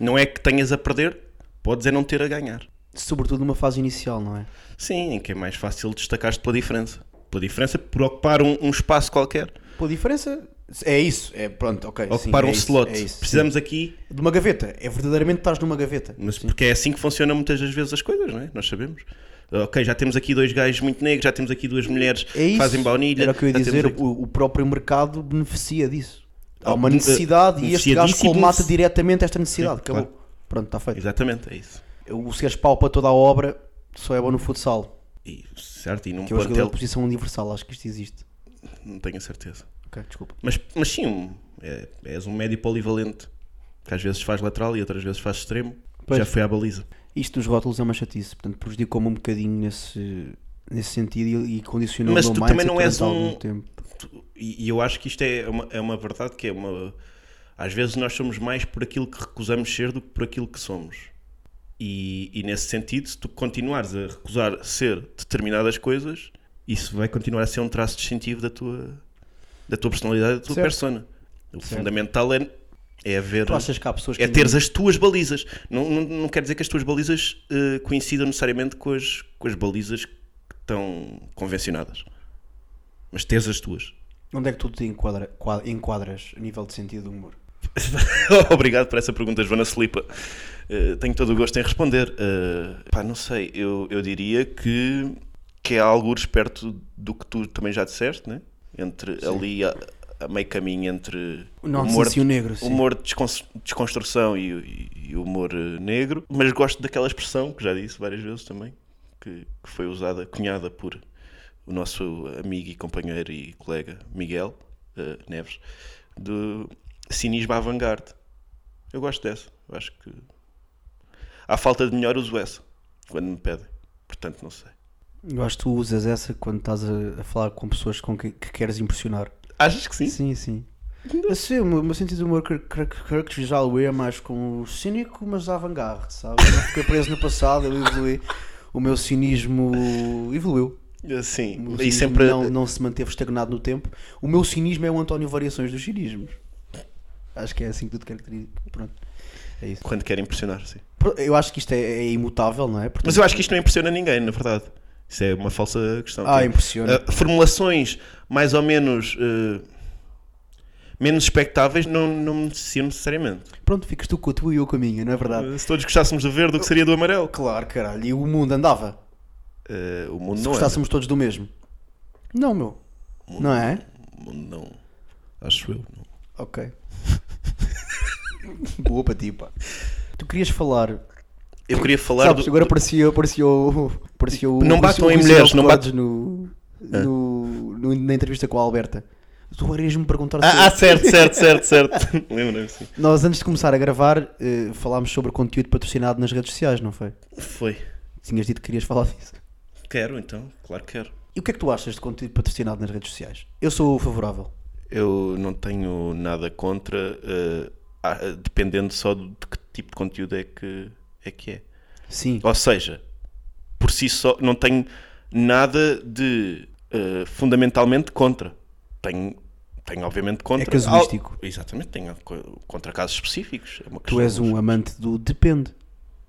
Não é que tenhas a perder, podes é não ter a ganhar. Sobretudo numa fase inicial, não é? Sim, em que é mais fácil destacar-te pela diferença. Pela diferença, por ocupar um, um espaço qualquer, Pô, a diferença é isso. É pronto, ok. sim, ocupar é um isso, slot. é isso, Precisamos aqui, sim. de uma gaveta. É verdadeiramente estás numa gaveta. mas porque é assim que funcionam muitas das vezes as coisas, não é? Nós sabemos. Ok, já temos aqui dois gajos muito negros, já temos aqui duas mulheres É que isso. fazem baunilha. Era o que eu ia já temos dizer. aqui- O, o próprio mercado beneficia disso. Há Ah, uma ben- necessidade e este beneficia gajo disso e colmata beneficia- diretamente esta necessidade. Sim, Acabou. claro. Pronto, está feito. Exatamente, é isso. O seres pau para toda a obra só é bom no futsal. E, certo, e num Que é o jogador plantel, de posição universal, acho que isto existe. não tenho a certeza. Ok, desculpa. Mas, mas sim, um- é- és um médio polivalente. Que às vezes faz lateral e outras vezes faz extremo. Pois. Já foi à baliza. Isto dos rótulos é uma chatice, portanto prejudicou-me um bocadinho nesse, nesse sentido e, e condicionou Mas o meu tu mindset também não és durante algum um- tempo. Tu- E, e eu acho que isto é uma, é uma verdade que é uma. Às vezes nós somos mais por aquilo que recusamos ser do que por aquilo que somos. E, e nesse sentido, se tu continuares a recusar ser determinadas coisas, isso vai continuar a ser um traço distintivo da tua, da tua personalidade, da tua Certo. persona. O fundamental é, é haver. Tu achas que há pessoas que É ainda- teres as tuas balizas. Não, não, não quer dizer que as tuas balizas eh, coincidam necessariamente com as, com as balizas que estão convencionadas. Mas teres as tuas. Onde é que tu te enquadra, qua- enquadras a nível de sentido do humor? Obrigado por essa pergunta, Joana Slipa. Eh, tenho todo o gosto em responder. Eh, pá, não sei, eu, eu diria que, que é algo perto do que tu também já disseste, né? Entre ali a, a meio caminho entre O nonsense e o negro, sim. humor de descons- desconstrução e, o- e- e o humor eh, negro, mas gosto daquela expressão que já disse várias vezes também, que, que foi usada, cunhada por o nosso amigo e companheiro e colega Miguel eh, Neves, do cinismo à vanguarda. Eu gosto dessa, eu acho que à falta de melhor uso essa, quando me pedem. Portanto, não sei. Eu acho que tu usas essa quando estás a, a falar com pessoas com quem que queres impressionar. Achas que sim? Então, Sim, sim. Assim, o meu o meu sentido de humor car- car- caracterizá-lo é mais como cínico, mas avant-garde, sabe? Eu não fiquei preso no passado, eu evoluí. O meu cinismo evoluiu. O Eh, Sim. meu E cinismo sempre não, não se manteve estagnado no tempo. O meu cinismo é o António Variações dos cinismos. Acho que é assim que tu te caracterizas. Pronto. É isso. quando quer impressionar, sim. Pro- Eu acho que isto é, é imutável, não é? Portanto, Mas eu acho que isto não impressiona ninguém, na verdade. Isso é uma falsa questão. Ah, Tem, impressiona. eh, formulações mais ou menos eh, menos expectáveis não, não me necessitam necessariamente. Pronto, ficas tu com a tua e eu com a minha, não é verdade? Se todos gostássemos do verde, o que seria do amarelo? Claro, caralho. E o mundo andava. Eh, o mundo Se não é. gostássemos todos do mesmo. Não, meu. Não é? Mundo não. Acho eu. Não. Ok. Boa para ti, pá. Tu querias falar. Eu queria falar. Sabes, do- agora parecia, parecia, o- parecia o. Não parecia batam o em Luís mulheres, Miguel não Cortes batam- No, no, no- na entrevista com a Alberta. Tu irias-me perguntar se. Ah, ah, certo, certo, certo, certo. Lembra-me, sim. Nós, antes de começar a gravar, eh, falámos sobre conteúdo patrocinado nas redes sociais, não foi? Foi. Tinhas dito que querias falar disso. Quero então, claro que quero. E o que é que tu achas de conteúdo patrocinado nas redes sociais? Eu sou o favorável. Eu não tenho nada contra, eh, ah, dependendo só de que tipo de conteúdo é que é. Que é. Sim. Ou seja, por si só, não tenho nada de eh, fundamentalmente contra. Tenho, tenho obviamente contra. É casuístico. Al- exatamente, tenho co- contra casos específicos. É uma Tu questão- és um amante do depende.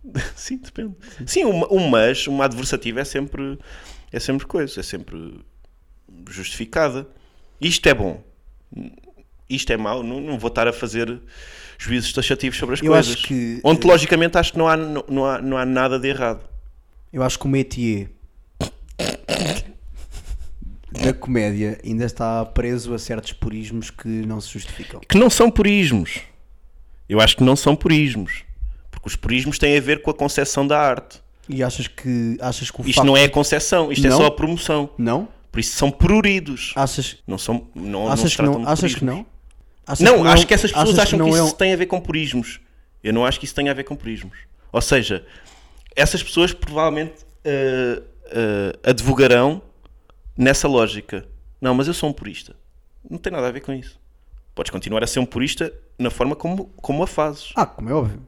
Sim, depende. Sim, um, um mas, uma adversativa é sempre, é sempre coisa, é sempre justificada. Isto é bom. Isto é mau, não, não vou estar a fazer juízos taxativos sobre as Eu coisas. acho que- eh, Ontologicamente acho que não há, não, não há, não há nada de errado. Eu acho que o métier da comédia ainda está preso a certos purismos que não se justificam. que não são purismos. Eu acho que não são purismos. Porque os purismos têm a ver com a concepção da arte. E achas que, achas que o Isto facto... não é a concepção, isto Não? é só a promoção. Não? Por isso são pruridos. Achas, Não são. Não, não achas, se que, tratam não, de achas que purismos. não? Achas Não, acho que essas pessoas achas acham que, não isso é um- tem a ver com purismos. Eu não acho que isso tenha a ver com purismos. Ou seja, essas pessoas provavelmente ah, ah, advogarão nessa lógica. Não, mas eu sou um purista. Não tem nada a ver com isso. Podes continuar a ser um purista na forma como, como a fazes. Ah, como é óbvio.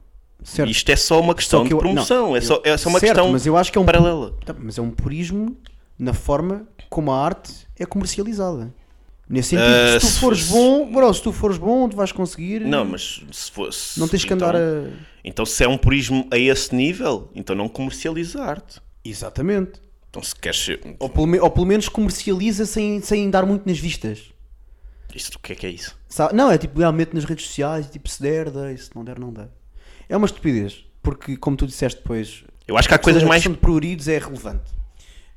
Certo. Isto é só uma questão Só que de eu- promoção, não, é, só, é só uma Certo, questão mas eu acho que é um paralela. Tá, Mas é um purismo na forma como a arte é comercializada. Nesse sentido, Ah, se tu se fores fosse- bom, bro, se tu fores bom, tu vais conseguir. Não, mas se fosse. Hum. Não tens que andar então, a. Então, se é um purismo a esse nível, então não comercializa a arte. Exatamente. Então, se queres ser. Ou pelo, me- ou pelo menos comercializa sem, sem dar muito nas vistas. Isto, o que é que é isso? Sabe? Não, é tipo, realmente nas redes sociais, tipo, se der, dá, e se não der, não dá. É uma estupidez, porque como tu disseste depois, Eu acho que há coisas a mais. questão de pruridos é relevante.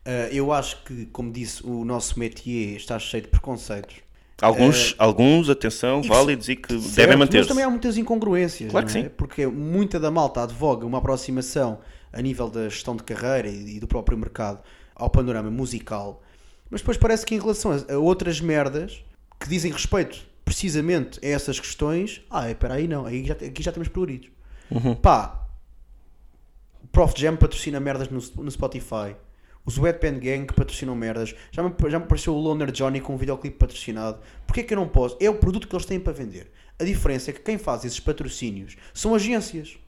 Ah, eu acho que, como disse, o nosso métier está cheio de preconceitos. Alguns, eh, alguns atenção, válidos e que Certo, devem Mas manter-se. também há muitas incongruências. Claro não que é? sim. Porque muita da malta advoga uma aproximação a nível da gestão de carreira e e do próprio mercado ao panorama musical, mas depois parece que em relação a- a outras merdas que dizem respeito precisamente a essas questões, ah, espera aí, não, aí já, aqui já temos prioritos. Uhum. Pá, o Prof Jam patrocina merdas no, no Spotify. Os Wetpan Gang patrocinam merdas. Já me, já me pareceu o Loner Johnny com um videoclipe patrocinado. Porquê que eu não posso? É o produto que eles têm para vender. A diferença é que quem faz esses patrocínios são agências.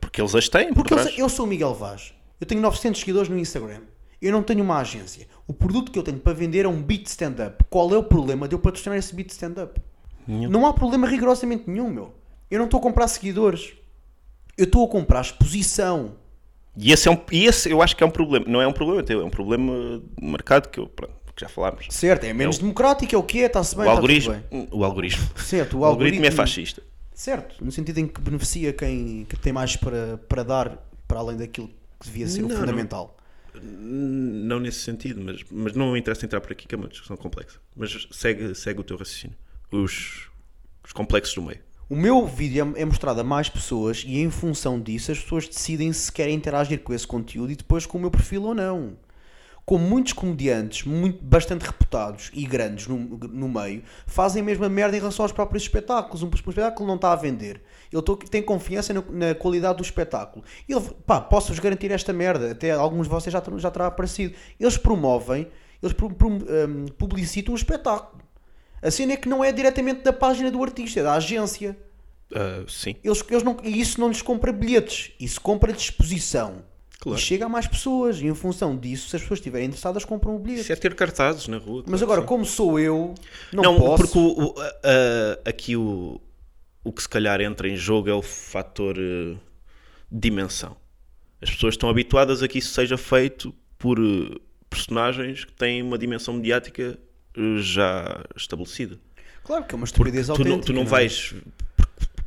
Porque eles as têm, por um- Porque trás. eu, eu sou o Miguel Vaz. Eu tenho 900 seguidores no Instagram. Eu não tenho uma agência. O produto que eu tenho para vender é um beat stand-up. Qual é o problema de eu patrocinar esse beat stand-up? Não há problema rigorosamente nenhum, meu. Eu não estou a comprar seguidores. Eu estou a comprar exposição. E, esse é um, e esse eu acho que é um problema. Não é um problema teu, é um problema de mercado que, eu, pronto, que já falámos. Certo, é menos É o- democrático, é o que é, está-se bem, O está algoritmo, tudo bem. o algoritmo. Certo, O algoritmo é fascista. Certo, no sentido em que beneficia quem, que tem mais para, para dar, para além daquilo que devia ser o Não, não. fundamental. Não nesse sentido, mas, mas não me interessa entrar por aqui, que é uma discussão complexa. Mas segue, segue o teu raciocínio. Os, os complexos do meio. O meu vídeo é é mostrado a mais pessoas e em função disso as pessoas decidem se querem interagir com esse conteúdo e depois com o meu perfil ou não. Como muitos comediantes, muito, bastante reputados e grandes no, no meio, fazem a mesma merda em relação aos próprios espetáculos. Um espetáculo não está a vender. Ele tô- tem confiança na, na qualidade do espetáculo. Ele, pá, posso-vos garantir esta merda. Até alguns de vocês já, terão- já terá aparecido. Eles promovem, eles pro- pro- hum, publicitam o espetáculo. A cena é que não é diretamente da página do artista, é da agência. Ah, sim. Eles, eles não, e isso não lhes compra bilhetes, isso compra disposição. Claro. E chega a mais pessoas, e em função disso, se as pessoas estiverem interessadas, compram o bilhete. Isso é ter cartazes na rua. Mas claro agora, que sim. como sou eu, não, Não, posso. porque o- o- a- a- aqui o, o que se calhar entra em jogo é o fator eh, dimensão. As pessoas estão habituadas a que isso seja feito por eh, personagens que têm uma dimensão mediática eh, já estabelecida. Claro que é uma Porque estupidez tu não, autêntica. tu não é? vais.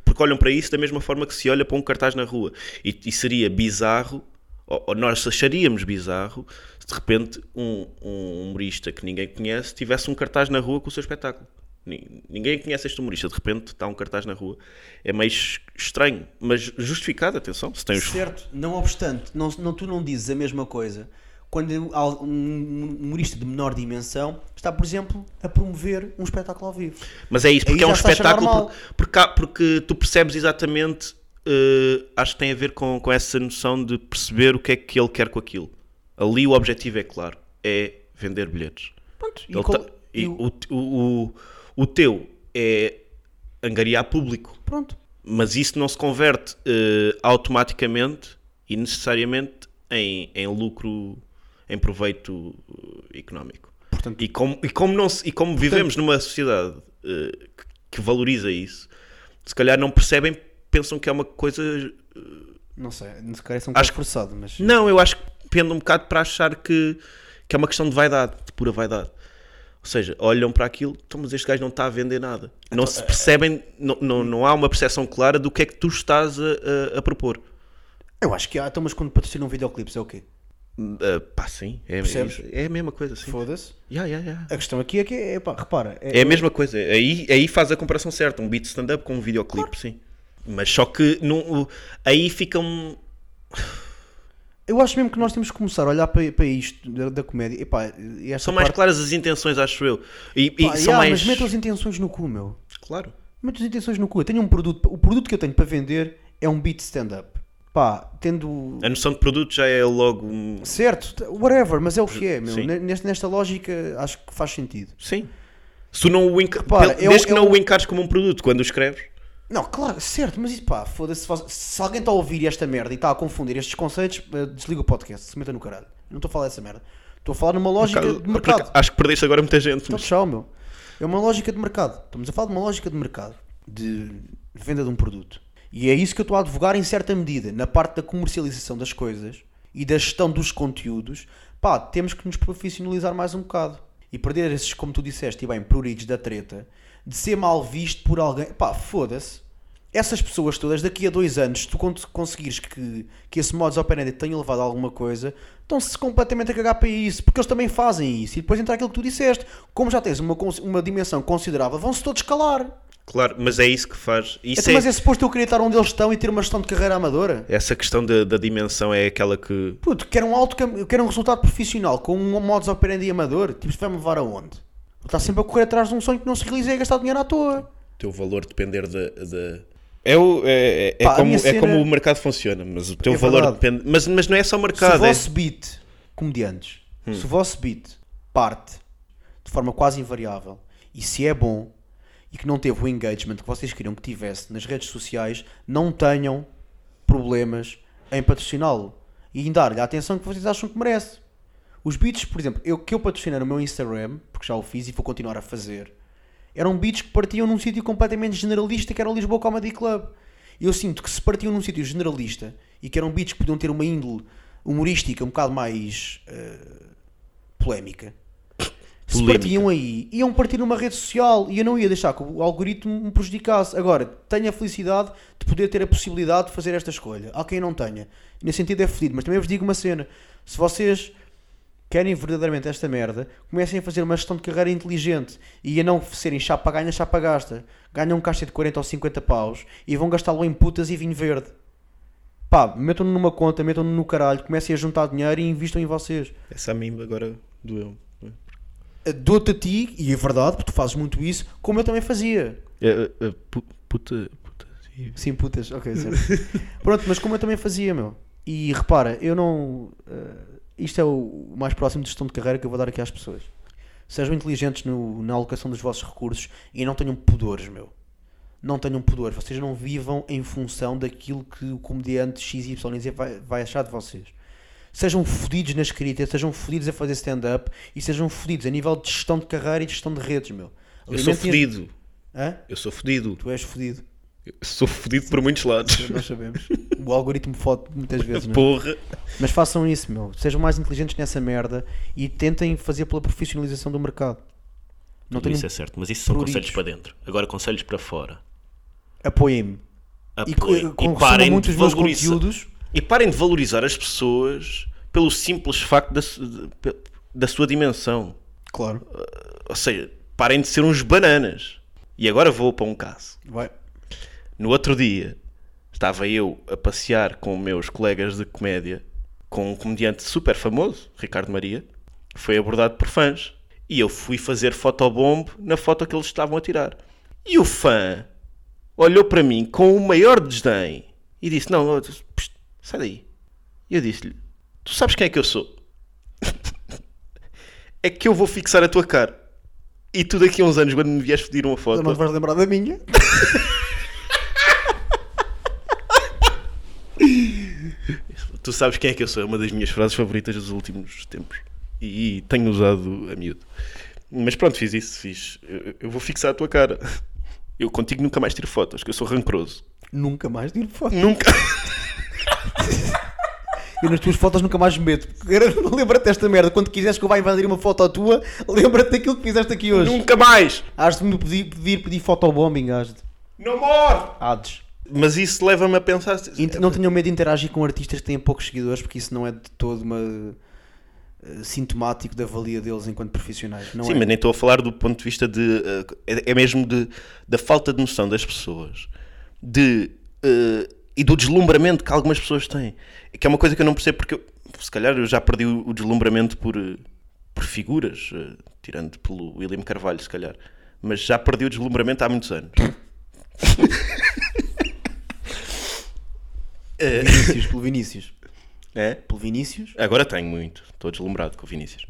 Porque olham para isso da mesma forma que se olha para um cartaz na rua. E, e seria bizarro ou, ou nós acharíamos bizarro se de repente um, um humorista que ninguém conhece tivesse um cartaz na rua com o seu espetáculo. Ni- Ninguém conhece este humorista, de repente está um cartaz na rua. É meio es- estranho, mas justificado, atenção, se tem os Certo, não obstante, não, não- tu não dizes a mesma coisa quando al- um humorista de menor dimensão está, por exemplo, a promover um espetáculo ao vivo. Mas é isso, porque Aí é um já se acha espetáculo. normal. por- Porque, há- porque tu percebes exatamente. eh, acho que tem a ver com, com essa noção de perceber o que é que ele quer com aquilo. Ali o objetivo é claro: é vender bilhetes. Pronto, e Ele qual- tá- e e o- o, o, o- o teu é angariar público, pronto. mas isso não se converte eh, automaticamente e necessariamente em, em lucro, em proveito eh, económico. Portanto- e, como, e, como não se- e como vivemos numa sociedade eh, que, que valoriza isso, se calhar não percebem, pensam que é uma coisa Não sei, se calhar isso é um Acho bocado forçado, mas. não, eu acho que pende um bocado para achar que, que é uma questão de vaidade, de pura vaidade. Ou seja, olham para aquilo, então, mas este gajo não está a vender nada. Não se percebem, não, não, não há uma percepção clara do que é que tu estás a, a- a propor. Eu acho que há, então, mas quando patrocinam videoclipes é o quê? Ah, pá, sim, é, Percebes? é a mesma coisa, sim. Foda-se. Yeah, yeah, yeah. A questão aqui é que, é, pá, repara, é, É a mesma coisa, aí, aí faz a comparação certa, um beat stand-up com um videoclipe, sim. Mas só que não, o- aí fica um. eu acho mesmo que nós temos que começar a olhar para, para isto da, da comédia. Epá, e esta São mais parte, claras as intenções, acho eu. E, e pá, são yeah, mais. Mas metam as intenções no cu, meu. Claro. Meto as intenções no cu. Eu tenho um produto. O produto que eu tenho para vender é um beat stand-up. Pá, tendo. A noção de produto já é logo um- Certo, t- whatever, mas é o que é, meu. Sim. Ne- Nesta, nesta lógica acho que faz sentido. Sim. Se tu não o enca... Repara, Pel- eu- desde que eu- não o encares como um produto quando o escreves. Não, claro, certo, mas isso pá, foda-se. faz- Se alguém está a ouvir esta merda e está a confundir estes conceitos, eh, desliga o podcast, se meta no caralho. Eu Não estou a falar dessa merda. Estou a falar numa lógica de mercado. Acho que perdeste agora muita gente. Então, Mas... tchau, meu. É uma lógica de mercado. Estamos a falar de uma lógica de mercado, de venda de um produto. E é isso que eu estou a advogar em certa medida, na parte da comercialização das coisas e da gestão dos conteúdos. Pá, temos que nos profissionalizar mais um bocado e perder esses, como tu disseste, e bem, pruridos da treta, de ser mal visto por alguém. Pá, foda-se. Essas pessoas todas, daqui a dois anos, se tu con- conseguires que, que esse modus operandi tenha levado a alguma coisa, estão-se completamente a cagar para isso, porque eles também fazem isso. E depois entra aquilo que tu disseste. Como já tens uma, cons- uma dimensão considerável, vão-se todos calar. Claro, mas é isso que faz. Isso Então, é- Mas é suposto eu querer estar onde eles estão e ter uma gestão de carreira amadora? Essa questão da, da dimensão é aquela que. Puto, quero um, alto, cam- quero um resultado profissional com um modus operandi amador, tipo, isso vai-me levar aonde? Está sempre a correr atrás de um sonho que não se realiza e a gastar dinheiro à toa. O teu valor depender da. da- É, o, é, é- é Pá, a como, minha é cena- como o mercado funciona, mas o teu É valor verdade. depende. Mas, mas não é só o Se o mercado. é- Hum. vosso beat, comediantes, se o vosso beat parte de forma quase invariável e se é bom e que não teve o engagement que vocês queriam que tivesse nas redes sociais, não tenham problemas em patrociná-lo e em dar-lhe a atenção que vocês acham que merece. Os beats, por exemplo, eu, que eu patrocinei no meu Instagram, porque já o fiz e vou continuar a fazer, eram beats que partiam num sítio completamente generalista que era o Lisboa Comedy Club. Eu sinto que se partiam num sítio generalista e que eram beats que podiam ter uma índole humorística um bocado mais eh, polémica, se Polémica. partiam aí, iam partir numa rede social e eu não ia deixar que o algoritmo me prejudicasse. Agora, tenho a felicidade de poder ter a possibilidade de fazer esta escolha. Há quem não tenha. Nesse sentido é fedido, mas também vos digo uma cena. Se vocês querem verdadeiramente esta merda, comecem a fazer uma gestão de carreira inteligente e a não serem chapa ganha, chapa gasta. Ganham um caixa de 40 ou 50 paus e vão gastá-lo em putas e vinho verde. Pá, metam-no numa conta, metam-no no caralho, comecem a juntar dinheiro e investam em vocês. Essa é a mim agora é? doeu. Dou-te a ti, e é verdade, porque tu fazes muito isso, como eu também fazia. É, é, é, pu- puta. puta sim. Sim, putas, ok, certo. Pronto, mas como eu também fazia, meu. E repara, eu não. eh, isto é o mais próximo de gestão de carreira que eu vou dar aqui às pessoas. Sejam inteligentes no- na alocação dos vossos recursos e não tenham pudores, meu. Não tenham pudores. Vocês não vivam em função daquilo que o comediante XYZ vai, vai achar de vocês. Sejam fodidos na escrita, sejam fodidos a fazer stand-up e sejam fodidos a nível de gestão de carreira e de gestão de redes, meu. Eu Alimentem- sou fodido. Hã? Eu sou fodido. Tu és fodido. Eu Sou fodido por muitos lados. Nós sabemos. O algoritmo fode muitas vezes, não é? Porra. Mas façam isso, meu. Sejam mais inteligentes nessa merda e tentem fazer pela profissionalização do mercado. Não Tudo tenham... Isso é certo, mas isso são pruritos. conselhos para dentro. Agora conselhos para fora. Apoiem-me. E, co- Apoiem. consumam é- parem muito de os meus valorizar- conteúdos E parem de valorizar as pessoas pelo simples facto da, su- de- pe- da sua dimensão. Claro. Uh, Ou seja, parem de ser uns bananas. E agora vou para um caso. Vai. No outro dia, estava eu a passear com meus colegas de comédia com um comediante super famoso, Ricardo Maria. Foi abordado por fãs. E eu fui fazer fotobombo na foto que eles estavam a tirar. E o fã olhou para mim com o maior desdém e disse: Não, eu- psst, sai daí. E eu disse-lhe: Tu sabes quem é que eu sou? é que eu vou fixar a tua cara. E tu daqui a uns anos, quando me vieres pedir uma foto, Não te vais lembrar da minha? Tu sabes quem é que eu sou, é uma das minhas frases favoritas dos últimos tempos. E tenho usado a miúdo. Mas pronto, fiz isso, fiz. Eu, eu vou fixar a tua cara. Eu contigo nunca mais tiro fotos, que eu sou rancoroso. Nunca mais tiro foto. Nunca. Eu nas tuas fotos nunca mais me meto. Lembra-te desta merda. Quando quiseres que eu vá invadir uma foto à tua, lembra-te daquilo que fizeste aqui hoje. nunca mais! Has de me pedir, pedir, pedir fotobombing, has de. Não morre! Hades. Mas isso leva-me a pensar. Int- Não tenham medo de interagir com artistas que têm poucos seguidores, porque isso não é de todo uma eh, sintomático da valia deles enquanto profissionais. Não Sim, é. mas nem estou a falar do ponto de vista de. eh, é é mesmo de, da falta de noção das pessoas de, eh, e do deslumbramento que algumas pessoas têm. Que é uma coisa que eu não percebo, porque eu, se calhar eu já perdi o, o deslumbramento por, eh, por figuras, eh, tirando pelo William Carvalho, se calhar. Mas já perdi o deslumbramento há muitos anos. eh, Vinícius, pelo Vinícius. É? Pelo Vinícius? Agora tenho muito, estou deslumbrado com o Vinícius.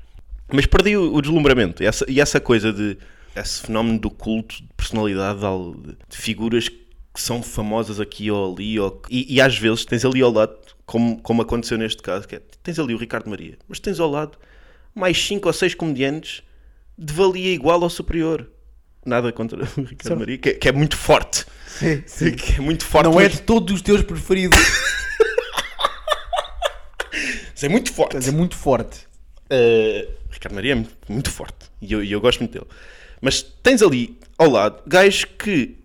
Mas perdi o, o deslumbramento e essa, e essa coisa de. esse fenómeno do culto de personalidade, de, al- de figuras que são famosas aqui ou ali, ou, que- e, e às vezes tens ali ao lado, como, como aconteceu neste caso, que é, tens ali o Ricardo Maria, mas tens ao lado mais cinco ou seis comediantes de valia igual ou superior. Nada contra o Ricardo Maria, que, é- que é muito forte. Sim, Que é muito forte. Não é mas- de todos os teus preferidos, mas é muito forte. mas é muito forte. Uh, Ricardo Maria é mu- muito forte e eu, e eu gosto muito dele. Mas tens ali ao lado gajos que,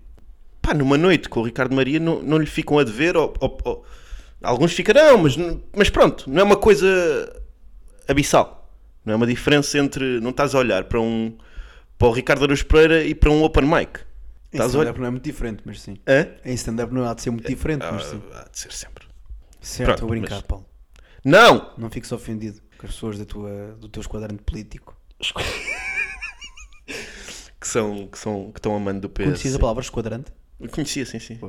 pá, numa noite com o Ricardo Maria não, não lhe ficam a dever, ou, ou- ou- alguns ficarão, mas, n- mas pronto, não é uma coisa abissal. Não é uma diferença entre. Não estás a olhar para um. para o Ricardo Araújo Pereira e para um open mic. Em Estás a olhar. stand-up não é muito diferente, mas sim. Hã? Em stand-up não há de ser muito diferente, mas sim. Ah, há de ser sempre. Certo, estou a pronto, brincar, mas- Paulo. Não! Não fiques ofendido com as pessoas da tua, do teu esquadrão político. Que são. que, são, que estão amando do PS. Conheces a palavra esquadrante? Eu Conhecia, sim, sim.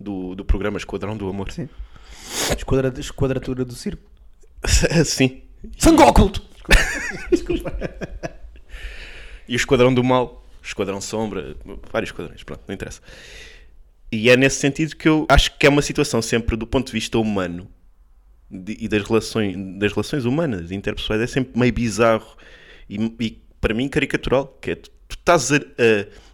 Do, do programa Esquadrão do Amor. Sim. Esquadra, esquadratura do circo. sim. Sangue oculto! E o Esquadrão do Mal, o Esquadrão Sombra, vários esquadrões, pronto, não interessa. E é nesse sentido que eu acho que é uma situação sempre do ponto de vista humano de- e das relações, das relações humanas e interpessoais é sempre meio bizarro e, e, para mim caricatural, que é tu, tu estás a, a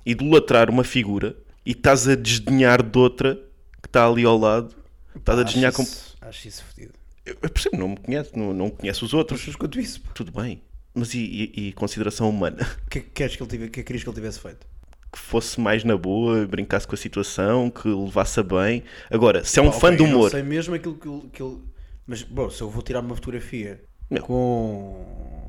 idolatrar uma figura e estás a desdenhar de outra que está ali ao lado, estás a desdenhar com... isso, acho isso fodido. Eu, eu percebo, não me conheço, não, não conheço os outros, Mas quanto isso, pá, tudo bem, mas e- e- e consideração humana? o que é que queres que ele tivesse, que querias que ele tivesse feito? que fosse mais na boa, brincasse com a situação, que levasse a bem. Agora, se é um Pá, fã ok, do eu humor, sei mesmo aquilo que ele. que ele- Mas, bro, se eu vou tirar uma fotografia Não. com.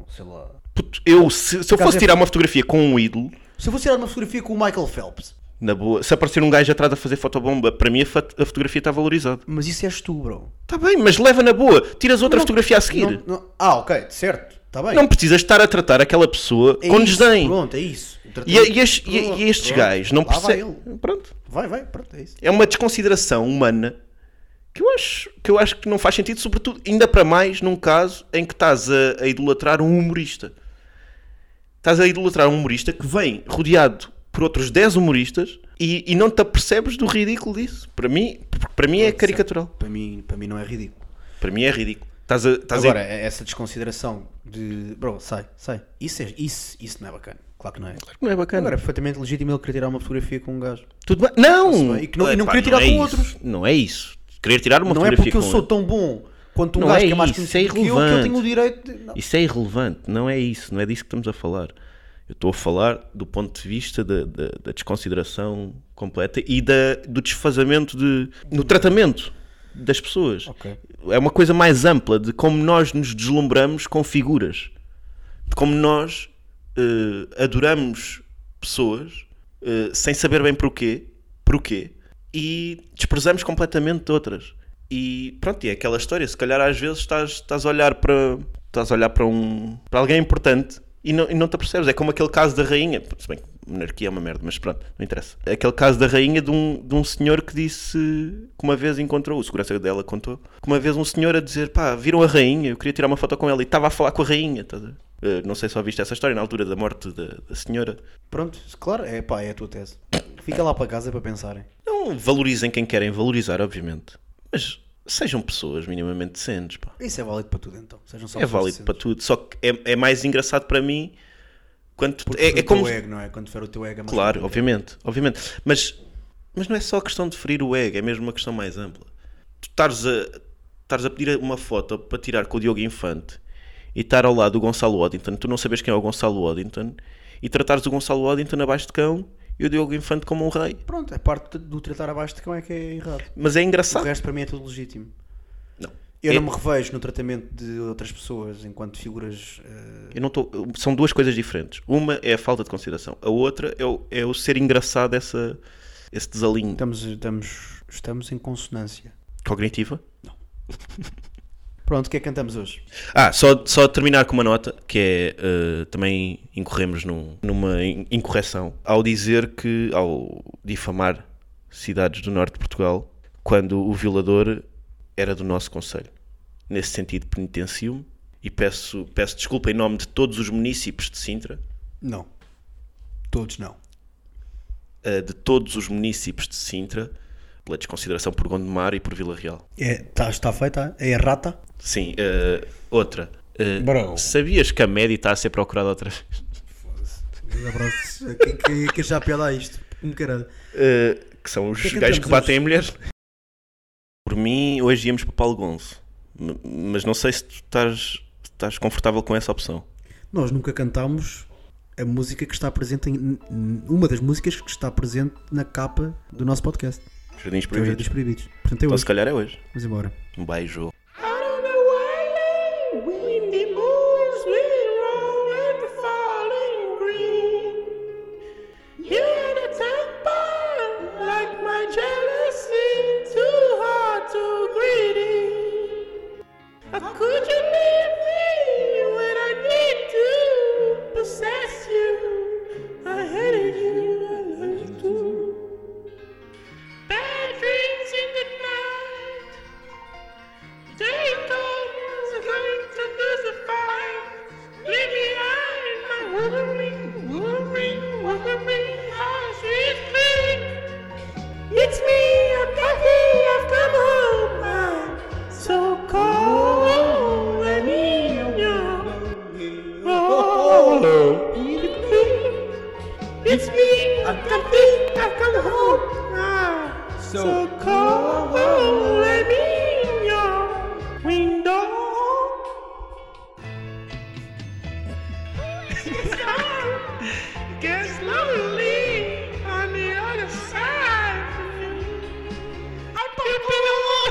sei lá. puto, eu, se, se eu Caso fosse é- tirar uma fotografia com um ídolo, Se eu vou tirar uma fotografia com o Michael Phelps. na boa, se aparecer um gajo atrás a fazer fotobomba, para mim a, fat- a fotografia está valorizada. Mas isso és tu, bro. Está bem, mas leva na boa, tiras outra fotografia a seguir. Não, Não- não- Ah, ok, certo. Está bem. precisas estar a tratar aquela pessoa É com isso, desdém. Pronto, é isso. E, a- e as- e a- e estes Pronto, gajos não lá vai percebem. ele. Pronto. Vai, vai, pronto, é isso. É uma desconsideração humana que eu acho que, eu acho que não faz sentido, sobretudo, ainda para mais num caso em que estás a, a idolatrar um humorista. Estás a idolatrar um humorista que vem rodeado por outros 10 humoristas e, e não te apercebes do ridículo disso. Para mim, porque para mim é caricatural. Para mim, para mim não é ridículo. Para mim é ridículo. Estás a, estás a- Agora, é essa desconsideração de. Bro, sai, sai. Isso, é- isso, isso não é bacana. Claro que não é. Não é bacana. Agora, é perfeitamente legítimo ele querer tirar uma fotografia com um gajo. Tudo bem. Não! bem. E que não- e não Epá, queria tirar é com isso. outros. Não é isso. Querer tirar uma não é fotografia porque eu com sou outro. tão bom quanto um Não gajo é que é mais isso, conhecido é que eu que eu irrelevante. tenho o direito de... Não. Isso é irrelevante, não é isso, não é disso que estamos a falar. Eu estou a falar do ponto de vista da, da- da desconsideração completa e da, do desfazamento de, no tratamento. das pessoas. Ok. É uma coisa mais ampla de como nós nos deslumbramos com figuras, de como nós eh, adoramos pessoas eh, sem saber bem porquê, porquê, e desprezamos completamente outras. E pronto, e é aquela história, se calhar às vezes estás, estás a olhar para estás a olhar para um para alguém importante e não, e não te apercebes. É como aquele caso da rainha, se bem que monarquia é uma merda, mas pronto, não interessa. É Aquele caso da rainha de um, de um senhor que disse que uma vez encontrou, o segurança dela contou, que uma vez um senhor a dizer, pá, viram a rainha, eu queria tirar uma foto com ela e estava a falar com a rainha, estás a ver? Eh, não sei se ouviste essa história na altura da morte da, da senhora. Pronto, claro, é pá, é a tua tese. Fica lá para casa para pensarem. Não valorizem quem querem valorizar, obviamente. Mas sejam pessoas minimamente decentes, pá. Isso é válido para tudo então. Sejam só É válido para tudo. Só que é, é mais engraçado para mim quando tu- Porque é, é o como. teu ego, não é? Quando for o teu ego. é mais Claro, importante. obviamente, obviamente. Mas, mas não é só a questão de ferir o ego, é mesmo uma questão mais ampla. Tu estares a, estares a pedir uma foto para tirar com o Diogo Infante e estar ao lado do Gonçalo Waddington, tu não sabes quem é o Gonçalo Waddington, e tratares o Gonçalo Waddington abaixo de cão e o Diogo Infante como um rei. Pronto, a parte do tratar abaixo de cão é que é errado. Mas é O engraçado. resto para mim é tudo legítimo. Não. Eu É- não me revejo no tratamento de outras pessoas enquanto figuras. eh, Eu não tô- são duas coisas diferentes. Uma é a falta de consideração, a outra é o, é o ser engraçado essa, esse desalinho. Estamos, estamos, estamos em consonância. Cognitiva? Pronto, o que é que cantamos hoje? Ah, só, só terminar com uma nota que é eh, também incorremos num- numa in- incorreção ao dizer que, ao difamar cidades do norte de Portugal, quando o violador era do nosso conselho. Nesse sentido, penitencio-me e peço, peço desculpa em nome de todos os municípios de Sintra, Não. Todos não. eh, de todos os municípios de Sintra, pela desconsideração por Gondomar e por Vila Real. É, tá, está feita? É errata? Sim, eh, outra. Eh, Bro. Sabias que a média está a ser procurada outra vez? Um Quem que, que já piada a isto? Um caralho. Uh, que são os Que é que gajos que entramos batem a mulher. Por mim, hoje íamos para Palgonso. M- Mas não sei se tu estás, estás confortável com essa opção. Nós nunca cantámos a música que está presente em. n- n- Uma das músicas que está presente na capa do nosso podcast, Jardins que é o Jardim dos Proibidos. Proibidos. Portanto, é Então, se hoje. calhar é hoje. Vamos embora. Um beijo. Out on the winding, windy moors we roam in the falling green. You had a temper like my jealousy, too hard, too greedy. How could you leave me when I need to possess you? I hated you, I loved you too. Bad dreams in the night. Dayton's going to crucify. Leave me out, my wandering, wandering, wandering eyes reflect. It's me, I'm happy, I've come home. I'm so cold and in your oh, It's me, I'm happy, I've come home. I'm so cold and in your window. Gets lonely on the other side from you. I'm popping a wall.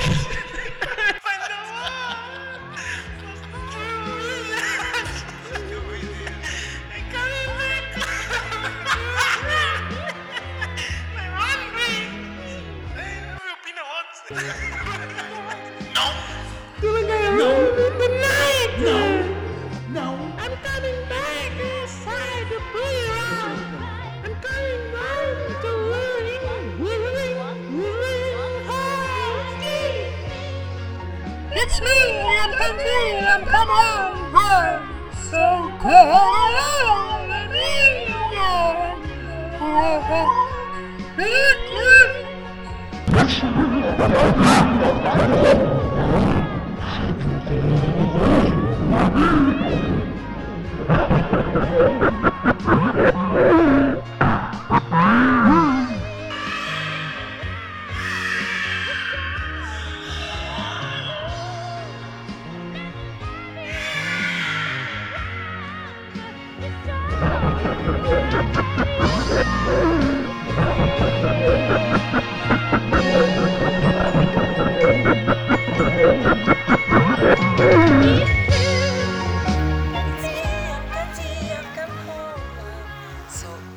No. No. I'm coming back inside the playground. I'm coming round to wooing, wooing, wooing house. It's me, I'm coming, I'm coming home. So cold and in your heart.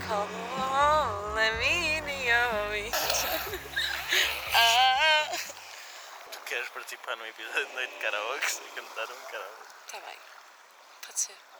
Come on, let me in your reach. ah, Tu queres participar num episódio de noite de karaoke sem cantar um karaoke? tá bem. Pode ser.